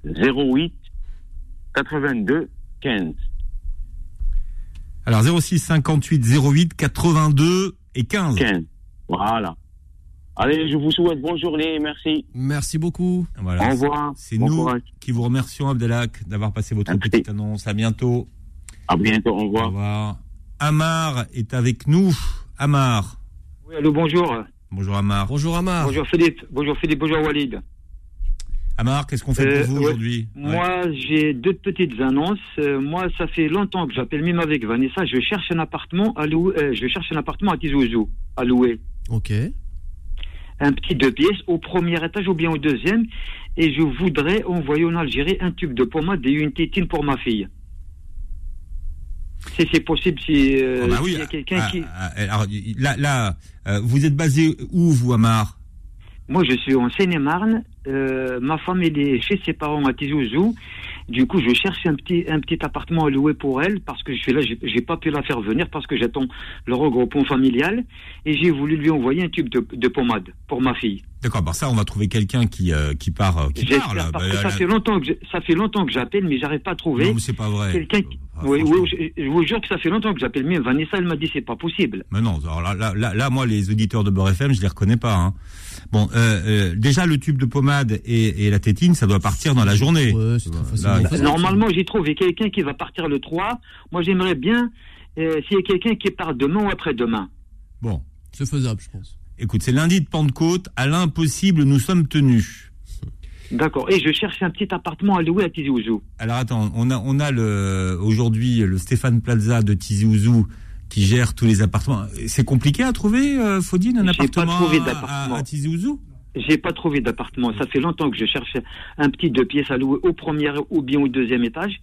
Speaker 8: 08 82 15.
Speaker 2: Alors 06 58 08 82 et 15.
Speaker 8: 15. Voilà. Allez, je vous souhaite bonne journée. Merci.
Speaker 3: merci beaucoup.
Speaker 2: Voilà.
Speaker 8: Au revoir.
Speaker 2: C'est
Speaker 8: Bon
Speaker 2: nous
Speaker 8: courage.
Speaker 2: qui vous remercions Abdelak d'avoir passé votre
Speaker 8: Merci.
Speaker 2: petite annonce. À bientôt.
Speaker 8: À bientôt. Au
Speaker 2: Au
Speaker 8: revoir.
Speaker 2: revoir. Amar est avec nous. Amar.
Speaker 9: Oui, allô, bonjour.
Speaker 2: Bonjour Amar.
Speaker 3: Bonjour Amar.
Speaker 9: Bonjour Philippe. Bonjour Philippe, bonjour Walid.
Speaker 2: Amar, qu'est-ce qu'on fait
Speaker 9: Euh,
Speaker 2: pour vous
Speaker 9: ouais.
Speaker 2: aujourd'hui Ouais.
Speaker 9: Moi, j'ai deux petites annonces. Euh, moi, ça fait longtemps que j'appelle même avec Vanessa. Je cherche un appartement à louer. euh, je cherche un appartement à Tizouzou, à louer.
Speaker 3: Ok.
Speaker 9: Un petit deux pièces au premier étage ou bien au deuxième. Et je voudrais envoyer en Algérie un tube de pommade et une tétine pour ma fille. Si c'est possible, si euh,
Speaker 2: Ah bah
Speaker 9: s'il
Speaker 2: oui.
Speaker 9: y a quelqu'un
Speaker 2: ah,
Speaker 9: qui.
Speaker 2: ah, alors, là, là euh, vous êtes basé où, vous, Amar
Speaker 9: Moi, je suis en Seine-et-Marne. Euh, ma femme elle est chez ses parents à Tizouzou. Du coup, je cherche un petit, un petit appartement à louer pour elle parce que je suis là, j'ai j'ai pas pu la faire venir parce que j'attends le regroupement familial et j'ai voulu lui envoyer un tube de, de pommade pour ma fille.
Speaker 2: D'accord, bah ça, on va trouver quelqu'un qui, euh, qui part. euh, Qui part là.
Speaker 9: J'espère parce
Speaker 2: Bah,
Speaker 9: que
Speaker 2: là,
Speaker 9: ça
Speaker 2: là-
Speaker 9: fait longtemps que je- ça fait longtemps que j'appelle mais j'arrive pas à trouver.
Speaker 2: Non, mais c'est pas vrai.
Speaker 9: Quelqu'un qui-
Speaker 2: Ah,
Speaker 9: oui,
Speaker 2: franchement.
Speaker 9: oui, je, je vous jure que ça fait longtemps que j'appelle mais Vanessa elle m'a dit c'est pas possible.
Speaker 2: Mais non, alors là, là, là, là, moi, les auditeurs de Beurre FM, je les reconnais pas. hein. Bon, euh, euh, déjà, le tube de pommade et, et la tétine, ça doit partir dans la journée.
Speaker 3: Ouais, c'est très
Speaker 2: Ah, Là,
Speaker 3: facilement
Speaker 2: il-
Speaker 3: faisable.
Speaker 9: Normalement, j'ai trouvé quelqu'un qui va partir le 3. Moi, j'aimerais bien euh, s'il y a quelqu'un qui part demain ou après-demain.
Speaker 2: Bon,
Speaker 3: C'est faisable, je pense.
Speaker 2: écoute, c'est lundi de Pentecôte, à l'impossible, nous sommes tenus.
Speaker 9: D'accord. Et je cherche un petit appartement à louer à Tizi Ouzou.
Speaker 2: Alors attends, on a, on a le aujourd'hui le Stéphane Plaza de Tizi Ouzou qui gère tous les appartements. C'est compliqué à trouver, euh, Faudine, un
Speaker 9: J'ai pas
Speaker 2: appartement
Speaker 9: trouvé
Speaker 2: à-
Speaker 9: d'appartement.
Speaker 2: à, à Tizi Ouzou
Speaker 9: J'ai pas trouvé d'appartement. Ça fait longtemps que je cherche un petit deux pièces à louer au premier ou bien au deuxième étage.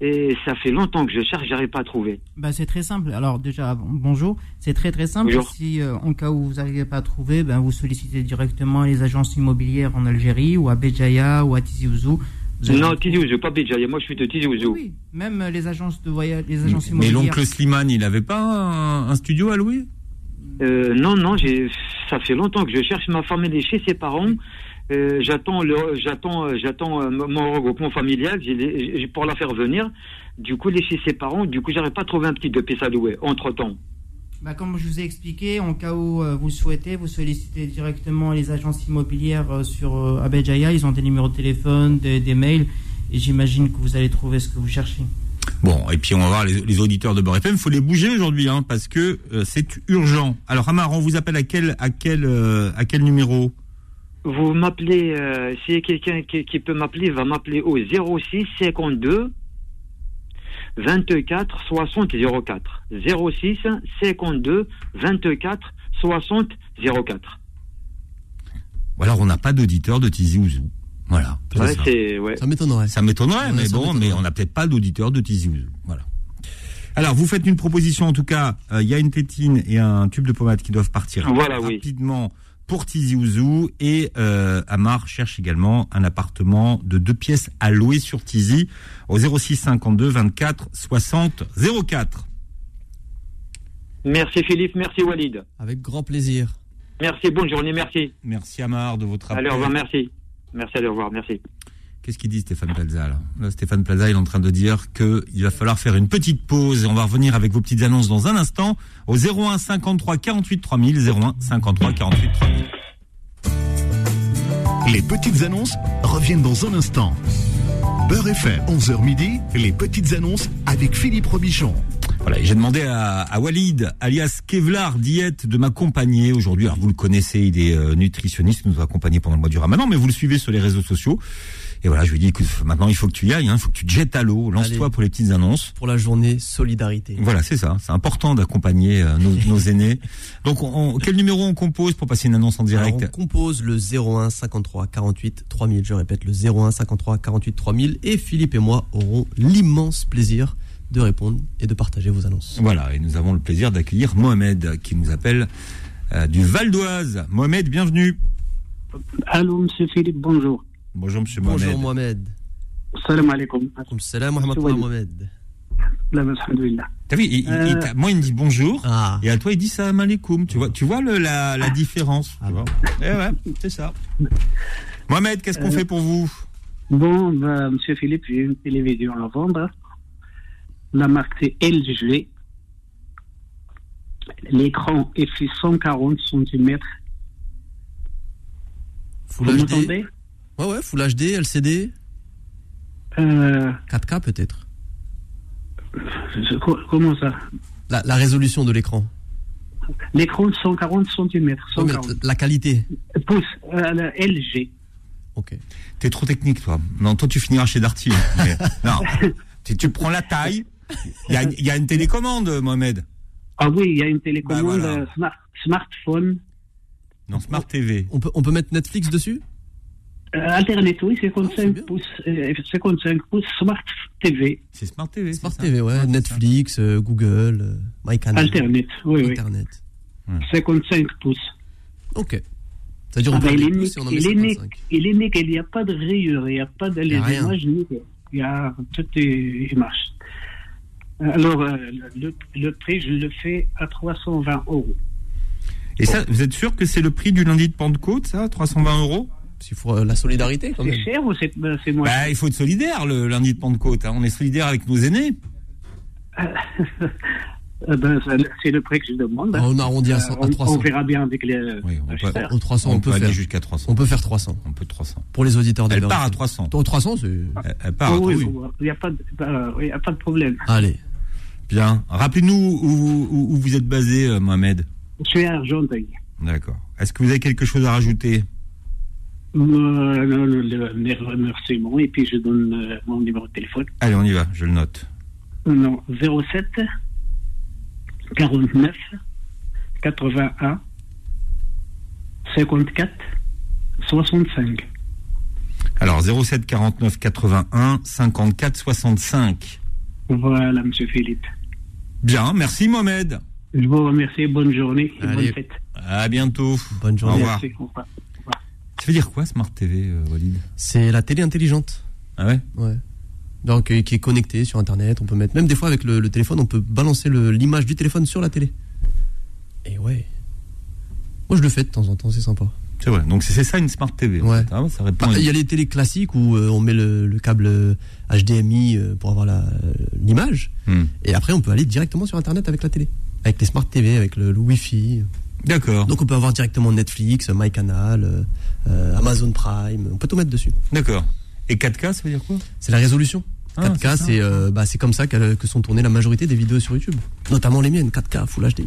Speaker 9: Et ça fait longtemps que je cherche, j'arrive pas à trouver.
Speaker 10: Bah, c'est très simple. Alors déjà, bon- bonjour. C'est très très simple.
Speaker 9: Bonjour.
Speaker 10: Si euh, en cas où vous n'arrivez pas à trouver, ben, vous sollicitez directement les agences immobilières en Algérie ou à Béjaïa ou à Tizi Ouzou. Vous avez-
Speaker 9: Non, Tizi Ouzou, pas Béjaïa. Moi, je suis de Tizi Ouzou.
Speaker 10: Oui, même euh, les agences de voyage, les agences
Speaker 2: Mais
Speaker 10: immobilières.
Speaker 2: l'oncle Slimane, il n'avait pas un, un studio à louer
Speaker 9: Euh, non, non, j'ai, ça fait longtemps que je cherche. Ma femme elle est chez ses parents. Euh, j'attends le, j'attends, euh, j'attends euh, mon- mon regroupement familial j'ai les- j'ai- pour la faire venir. Du coup, elle est chez ses parents. Du coup, j'arrive pas à trouver un petit deux pièces à louer. Entre temps.
Speaker 10: Bah, comme je vous ai expliqué, en cas où euh, vous le souhaitez, vous sollicitez directement les agences immobilières euh, sur euh, à Béjaïa. Ils ont des numéros de téléphone, des, des mails, et j'imagine que vous allez trouver ce que vous cherchez.
Speaker 2: Bon, et puis on va voir les, les auditeurs de Beurre FM. Il faut les bouger aujourd'hui, hein, parce que euh, c'est urgent. Alors, Amar, on vous appelle à quel, à quel, euh, à quel numéro
Speaker 9: Vous m'appelez, euh, si quelqu'un qui, qui peut m'appeler, va m'appeler au 06 52 24 60 04. 06 52 24 60 04.
Speaker 2: Ou alors, on n'a pas d'auditeur de Tizi Ouzou. Voilà. c'est
Speaker 9: Ouais,
Speaker 2: ça.
Speaker 9: c'est, ouais.
Speaker 3: Ça m'étonnerait.
Speaker 2: Ça m'étonnerait,
Speaker 3: Ouais,
Speaker 2: mais
Speaker 3: ça
Speaker 2: bon, mais on n'a peut-être pas d'auditeur de Tizi Ouzou. Voilà. Alors, vous faites une proposition, en tout cas, euh, il y a une tétine et un tube de pommade qui doivent partir
Speaker 9: Voilà, oui.
Speaker 2: rapidement pour Tizi Ouzou. Et euh, Amar cherche également un appartement de deux pièces à louer sur Tizi au 06 52 24 60 04.
Speaker 9: Merci Philippe, merci Walid.
Speaker 3: Avec grand plaisir.
Speaker 9: Merci, bonne journée, merci.
Speaker 2: Merci Amar de votre
Speaker 9: Allez,
Speaker 2: appel.
Speaker 9: au revoir, merci. Merci, allez, au revoir, merci.
Speaker 2: Qu'est-ce qu'il dit Stéphane Plaza là, Là, Stéphane Plaza, il est en train de dire que il va falloir faire une petite pause et on va revenir avec vos petites annonces dans un instant au 01 53 48 3000 01 53 48 3000.
Speaker 1: Les petites annonces reviennent dans un instant. Beurre FM, 11h midi, les petites annonces avec Philippe Robichon.
Speaker 2: Voilà, et j'ai demandé à, à Walid, alias Kevlar Diète, de m'accompagner aujourd'hui. Alors vous le connaissez, il est euh, nutritionniste, il nous a accompagnés pendant le mois du Ramadan, mais vous le suivez sur les réseaux sociaux. Et voilà, je lui ai dit, écoute, maintenant il faut que tu y ailles, hein, il faut que tu te jettes à l'eau, lance-toi
Speaker 3: Allez.
Speaker 2: pour les petites annonces.
Speaker 3: Pour la journée solidarité.
Speaker 2: Voilà, c'est ça. C'est important d'accompagner euh, nos, nos aînés. Donc, on, on- quel numéro on compose pour passer une annonce en direct
Speaker 3: Alors, on compose le 01 53 48 3000. Je répète, le 01 53 48 3000. Et Philippe et moi aurons l'immense plaisir de répondre et de partager vos annonces.
Speaker 2: Voilà, et nous avons le plaisir d'accueillir Mohamed qui nous appelle euh, du Val d'Oise. Mohamed, bienvenue.
Speaker 11: Allô, monsieur Philippe, bonjour.
Speaker 2: Bonjour, monsieur
Speaker 3: Bonjour
Speaker 2: Mohamed.
Speaker 3: Mohamed.
Speaker 11: Salam alaikum.
Speaker 3: Comme salam wa rahmatullah,
Speaker 11: Walid.
Speaker 3: Mohamed.
Speaker 11: La base, alhamdoulilah.
Speaker 2: T'as vu, il- il-
Speaker 11: Euh.
Speaker 2: il t'a- moi il me dit bonjour,
Speaker 3: Ah,
Speaker 2: et à toi il dit salam alaikum. Tu vois, tu vois le- la, la différence.
Speaker 3: Ah
Speaker 2: tu vois. Eh ouais, c'est ça. Mohamed, qu'est-ce qu'on fait pour vous
Speaker 11: Euh, Bon, bah, monsieur Philippe, j'ai une télévision à vendre. La marque, c'est LG. L'écran est fait 140 cm.
Speaker 3: Full
Speaker 11: Vous
Speaker 3: HD.
Speaker 11: m'entendez
Speaker 3: Ouais, ouais, Full HD, LCD,
Speaker 11: Euh,
Speaker 3: 4K peut-être.
Speaker 11: je- co- Comment ça
Speaker 3: La, la résolution de l'écran.
Speaker 11: L'écran, 140 cm.
Speaker 3: Ouais, mais
Speaker 11: 140
Speaker 3: la qualité.
Speaker 11: pouces. euh, la LG.
Speaker 3: Ok.
Speaker 2: T'es trop technique, toi. Non, toi, tu finiras chez Darty. hein. Mais- non, tu, tu prends la taille. Il y a, il y a une télécommande, Mohamed.
Speaker 11: Ah oui, il y a une télécommande
Speaker 2: Bah, voilà.
Speaker 11: euh, smart- smartphone.
Speaker 2: Non, Smart
Speaker 11: Oh.
Speaker 2: TV.
Speaker 3: On peut, on peut mettre Netflix dessus Ah,
Speaker 11: Euh, Internet, oui, 55
Speaker 3: bien.
Speaker 11: pouces, euh, 55 pouces, Smart TV,
Speaker 2: C'est Smart TV. c'est
Speaker 3: Smart
Speaker 2: ça
Speaker 3: TV, ouais.
Speaker 2: c'est
Speaker 3: Netflix, euh, Google, euh, MyCanal.
Speaker 11: Internet, oui, oui,
Speaker 3: Internet.
Speaker 11: 55 pouces.
Speaker 3: Ok. C'est-à-dire, on
Speaker 11: Ah
Speaker 3: peut
Speaker 11: ben, il, est
Speaker 3: regarder
Speaker 11: né,
Speaker 3: plus si on en met
Speaker 11: il, est né-
Speaker 3: 55.
Speaker 11: il est né qu'il n'y a pas de rayures, il n'y a pas de les
Speaker 3: a rien.
Speaker 11: images, ni- il y a tout est, il marche. Alors, euh, le, le prix, je le fais à 320 euros.
Speaker 2: Et ça, vous êtes sûr que c'est le prix du lundi de Pentecôte, ça 320 euros
Speaker 3: S'il faut euh, la solidarité quand
Speaker 11: C'est
Speaker 3: même.
Speaker 11: cher ou c'est euh, c'est moins
Speaker 2: Bah, il faut être solidaire le lundi de Pentecôte. hein. On est solidaire avec nos aînés.
Speaker 11: Euh, ben, ça, C'est le prix que je demande.
Speaker 3: Ah, on arrondit à,
Speaker 11: Euh,
Speaker 3: cent- à
Speaker 11: on, on
Speaker 3: 300.
Speaker 11: verra bien avec les euh,
Speaker 2: Oui, on peut,
Speaker 11: acheteurs.
Speaker 3: Au 300, on,
Speaker 2: on peut
Speaker 3: peut
Speaker 2: aller
Speaker 3: faire.
Speaker 2: jusqu'à 300.
Speaker 3: On peut faire 300.
Speaker 2: On peut 300.
Speaker 3: Pour les auditeurs de
Speaker 2: Elle
Speaker 3: Beurre
Speaker 2: part à
Speaker 3: FM.
Speaker 2: 300.
Speaker 3: Au 300, c'est.
Speaker 2: Elle, elle part
Speaker 11: Ah
Speaker 2: à
Speaker 11: oui,
Speaker 2: 300.
Speaker 11: il n'y a, pas de- bah, oui, il y a pas de problème.
Speaker 3: Allez.
Speaker 2: Bien. Rappelez-nous où, où- où vous êtes basé, euh, Mohamed.
Speaker 11: Je suis à Argenteuil.
Speaker 2: D'accord. Est-ce que vous avez quelque chose à rajouter
Speaker 11: Euh, le- le- le- mes remerciements et puis je donne euh, mon numéro de téléphone.
Speaker 2: Allez, on y va. Je le note.
Speaker 11: Non, 07 49 81 54 65.
Speaker 2: Alors 07 49 81 54 65.
Speaker 11: Voilà, Monsieur Philippe.
Speaker 2: Bien, merci Mohamed.
Speaker 11: Je vous remercie. Bonne journée et
Speaker 2: Allez.
Speaker 11: bonne fête.
Speaker 2: À bientôt.
Speaker 3: Bonne
Speaker 2: Au revoir.
Speaker 11: Merci, au revoir.
Speaker 2: Ça veut dire quoi Smart TV, euh, Walid
Speaker 3: C'est la télé intelligente.
Speaker 2: Ah ouais
Speaker 3: Ouais. Donc, euh, qui est connectée sur Internet. On peut mettre, même des fois avec le, le téléphone, on peut balancer le- l'image du téléphone sur la télé. Et ouais. Moi, je le fais de temps en temps, c'est sympa.
Speaker 2: C'est vrai. Donc c'est c'est ça une Smart TV. en
Speaker 3: Ouais.
Speaker 2: fait, hein, ça répond
Speaker 3: Bah,
Speaker 2: à-
Speaker 3: Il y a les télés classiques où euh, on met le, le câble euh, HDMI euh, pour avoir la- l'image.
Speaker 2: Hmm.
Speaker 3: Et après, on peut aller directement sur Internet avec la télé. Avec les smart TV, avec le, le Wi-Fi.
Speaker 2: D'accord.
Speaker 3: Donc on peut avoir directement Netflix, MyCanal, euh, euh, Amazon Prime. On peut tout mettre dessus.
Speaker 2: D'accord. Et 4K, ça veut dire quoi
Speaker 3: C'est la résolution.
Speaker 2: Ah,
Speaker 3: 4K,
Speaker 2: c'est ça.
Speaker 3: c'est euh, bah, c'est comme ça qu'elle- que sont tournées la majorité des vidéos sur YouTube. Notamment les miennes, 4K, Full HD.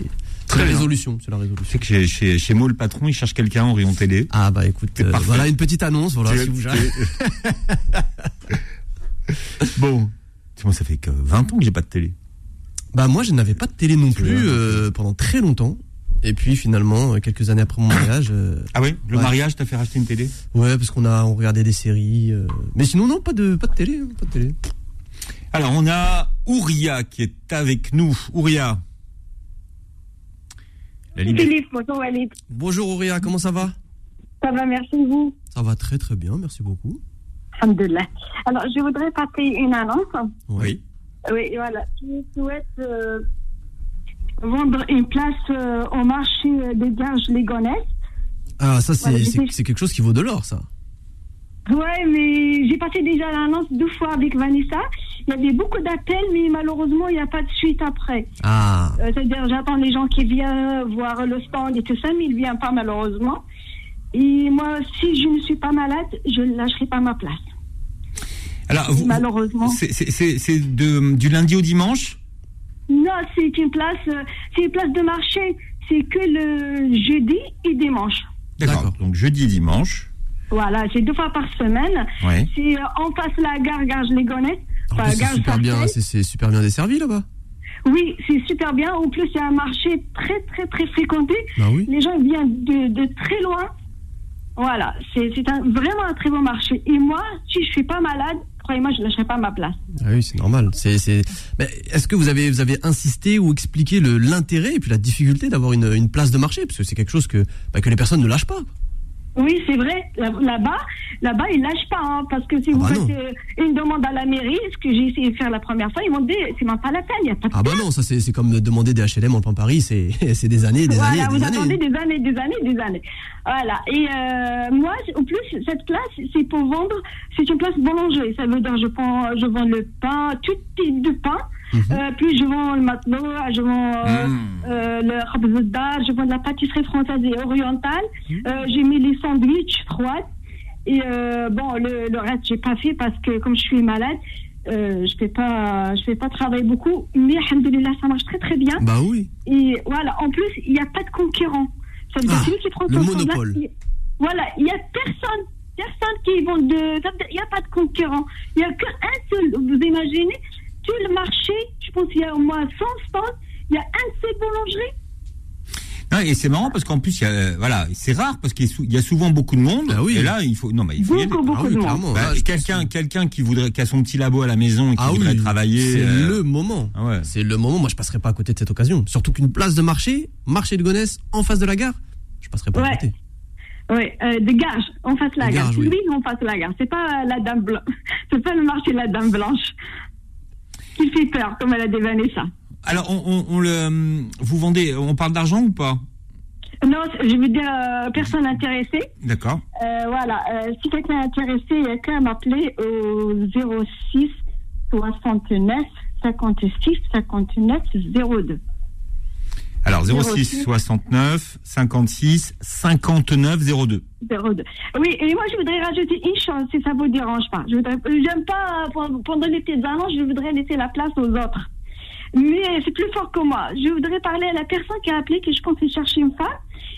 Speaker 3: C'est la
Speaker 2: bien.
Speaker 3: résolution, c'est la résolution.
Speaker 2: C'est que chez, chez, chez Mo, le patron, il cherche quelqu'un en rayon télé.
Speaker 3: Ah bah écoute,
Speaker 2: C'est
Speaker 3: euh,
Speaker 2: parfait.
Speaker 3: voilà une petite annonce. Voilà,
Speaker 2: Tu-
Speaker 3: si vous-
Speaker 2: bon. Tu sais, Moi, ça fait que 20 ans que j'ai pas de télé.
Speaker 3: Bah moi je n'avais pas de télé non
Speaker 2: veux
Speaker 3: plus
Speaker 2: un
Speaker 3: euh, pendant très longtemps. Et puis finalement, euh, quelques années après mon mariage, euh,
Speaker 2: Ah oui Le
Speaker 3: Ouais.
Speaker 2: mariage t'a fait racheter une télé
Speaker 3: ouais, parce qu'on a on regardait des séries. euh, mais sinon non, pas de pas de télé, hein, pas de télé.
Speaker 2: Alors, on a Ouria qui est avec nous. Ouria. La ligne-
Speaker 12: Philippe, bonjour Walid.
Speaker 3: Bonjour Auréa, comment ça va
Speaker 12: Ça va, merci vous.
Speaker 3: Ça va très très bien, merci beaucoup.
Speaker 12: Alhamdulillah. Alors, je voudrais passer une annonce.
Speaker 2: Oui.
Speaker 12: Oui, voilà. Je souhaite euh, vendre une place euh, au marché euh, des garges légonaises.
Speaker 3: Ah ça c'est
Speaker 12: Voilà,
Speaker 3: c'est-
Speaker 12: j'étais-
Speaker 3: c'est quelque chose qui vaut de l'or ça.
Speaker 12: Ouais, mais j'ai passé déjà l'annonce deux fois avec Vanessa. Il y avait beaucoup d'appels, mais malheureusement, il n'y a pas de suite après.
Speaker 3: Ah
Speaker 12: Euh, C'est-à-dire, j'attends les gens qui viennent voir le stand et tout ça, mais ils ne viennent pas malheureusement. Et moi, si je ne suis pas malade, je ne lâcherai pas ma place.
Speaker 2: Alors, vous,
Speaker 12: Malheureusement.
Speaker 2: c'est- c'est c'est- c'est de- du lundi au dimanche
Speaker 12: Non, c'est une place, euh, c'est une place de marché. C'est que le jeudi et dimanche.
Speaker 2: D'accord. Donc, jeudi et dimanche.
Speaker 12: Voilà, c'est deux fois par semaine.
Speaker 2: Ouais.
Speaker 12: C'est euh, en face la gare Garge Légonesse.
Speaker 3: En
Speaker 12: Enfin,
Speaker 3: plus, c'est
Speaker 12: Garges
Speaker 3: super bien,
Speaker 12: Sarcelles.
Speaker 3: c'est- c'est super bien desservi là-bas.
Speaker 12: Oui, c'est super bien. En plus, c'est un marché très très très fréquenté.
Speaker 3: Bah oui.
Speaker 12: Les gens viennent de, de très loin. Voilà, c'est c'est un, vraiment un très bon marché. Et moi, si je suis pas malade, croyez-moi, je lâcherai pas ma place.
Speaker 3: Ah oui, c'est normal. C'est c'est Mais est-ce que vous avez vous avez insisté ou expliqué le l'intérêt et puis la difficulté d'avoir une, une place de marché parce que c'est quelque chose que bah, que les personnes ne lâchent pas.
Speaker 12: Oui, c'est vrai. Là- Là-bas, là-bas, ils lâchent pas, hein, parce que si
Speaker 3: Ah
Speaker 12: vous
Speaker 3: bah
Speaker 12: faites
Speaker 3: non.
Speaker 12: euh, une demande à la mairie, ce que j'ai essayé de faire la première fois, ils m'ont dit c'est même pas la peine, il n'y a pas de
Speaker 3: Ah bah non, ça c'est c'est comme demander des HLM en plein Paris, c'est c'est des années, des
Speaker 12: voilà,
Speaker 3: années,
Speaker 12: vous
Speaker 3: des années.
Speaker 12: attendez des années, des années, des années. Voilà. Et euh, moi, en plus, cette place, c'est pour vendre. C'est une place boulanger. Ça veut dire, je prends, je vends le pain, tout type de pain.
Speaker 3: Mhm.
Speaker 12: Euh, puis je vends le matelot, je vends euh,
Speaker 3: Hmm.
Speaker 12: euh, le rabzouda, je vends de la pâtisserie française et orientale.
Speaker 3: Hmm.
Speaker 12: Euh, j'ai mis les sandwichs froids. Et euh, bon, le, le reste, j'ai pas fait parce que comme je suis malade, euh, je fais pas, je fais pas travailler beaucoup. Mais alhamdoulilah, ça marche très très bien.
Speaker 3: Bah oui.
Speaker 12: Et voilà, en plus, il n'y a pas de concurrent. Ça veut dire
Speaker 3: Ah,
Speaker 12: celui qui prend
Speaker 3: le
Speaker 12: son stand-là,
Speaker 3: monopole.
Speaker 12: il- Voilà, il n'y a personne, personne qui vend de. ça veut dire, Il n'y a pas de concurrent. Il n'y a qu'un seul. Vous imaginez, tout le marché, je pense qu'il y a au moins 100 stands, il y a un seul boulangerie.
Speaker 2: Non, et c'est marrant parce qu'en plus, il y a, euh, voilà, c'est rare parce qu'il y a sou- il y a souvent beaucoup de monde.
Speaker 3: Ah oui.
Speaker 2: Et là, il faut, non, mais il faut y aller.
Speaker 12: Beaucoup, beaucoup
Speaker 3: oui,
Speaker 12: de monde.
Speaker 3: clairement.
Speaker 2: Bah,
Speaker 3: Ah, je-
Speaker 2: quelqu'un, quelqu'un qui voudrait, qui a son petit labo à la maison et qui
Speaker 3: ah
Speaker 2: voudrait
Speaker 3: oui,
Speaker 2: travailler.
Speaker 3: C'est
Speaker 2: euh,
Speaker 3: le moment.
Speaker 2: ah ouais.
Speaker 3: C'est le moment. Moi, je passerai pas à côté de cette occasion. Surtout qu'une place de marché, marché de Gonesse, en face de la gare, je passerai pas à
Speaker 12: Ouais.
Speaker 3: côté.
Speaker 12: Oui, euh, des gages, on fasse la
Speaker 3: Des
Speaker 12: gare.
Speaker 3: gages, oui.
Speaker 12: Oui, on fasse la gare. C'est pas euh, la dame blanche. C'est pas le marché de la dame blanche. Qui fait peur, comme elle a dévané ça.
Speaker 2: Alors, on, on- on le, hum, vous vendez, on parle d'argent ou pas
Speaker 12: Non, je veux dire, euh, personne intéressée.
Speaker 2: D'accord.
Speaker 12: Euh, voilà, euh, si quelqu'un est intéressé, il y a qu'à m'appeler au 06 69 56 59 02.
Speaker 2: Alors, 06
Speaker 12: 06
Speaker 2: 69 56 59 02.
Speaker 12: 02. Oui, et moi je voudrais rajouter une chose, si ça vous dérange pas. Je voudrais, euh, j'aime pas euh, prendre- prendre les petites annonces, je voudrais laisser la place aux autres. Mais euh, c'est plus fort que moi. Je voudrais parler à la personne qui a appelé, que je pense qu'il cherche une femme.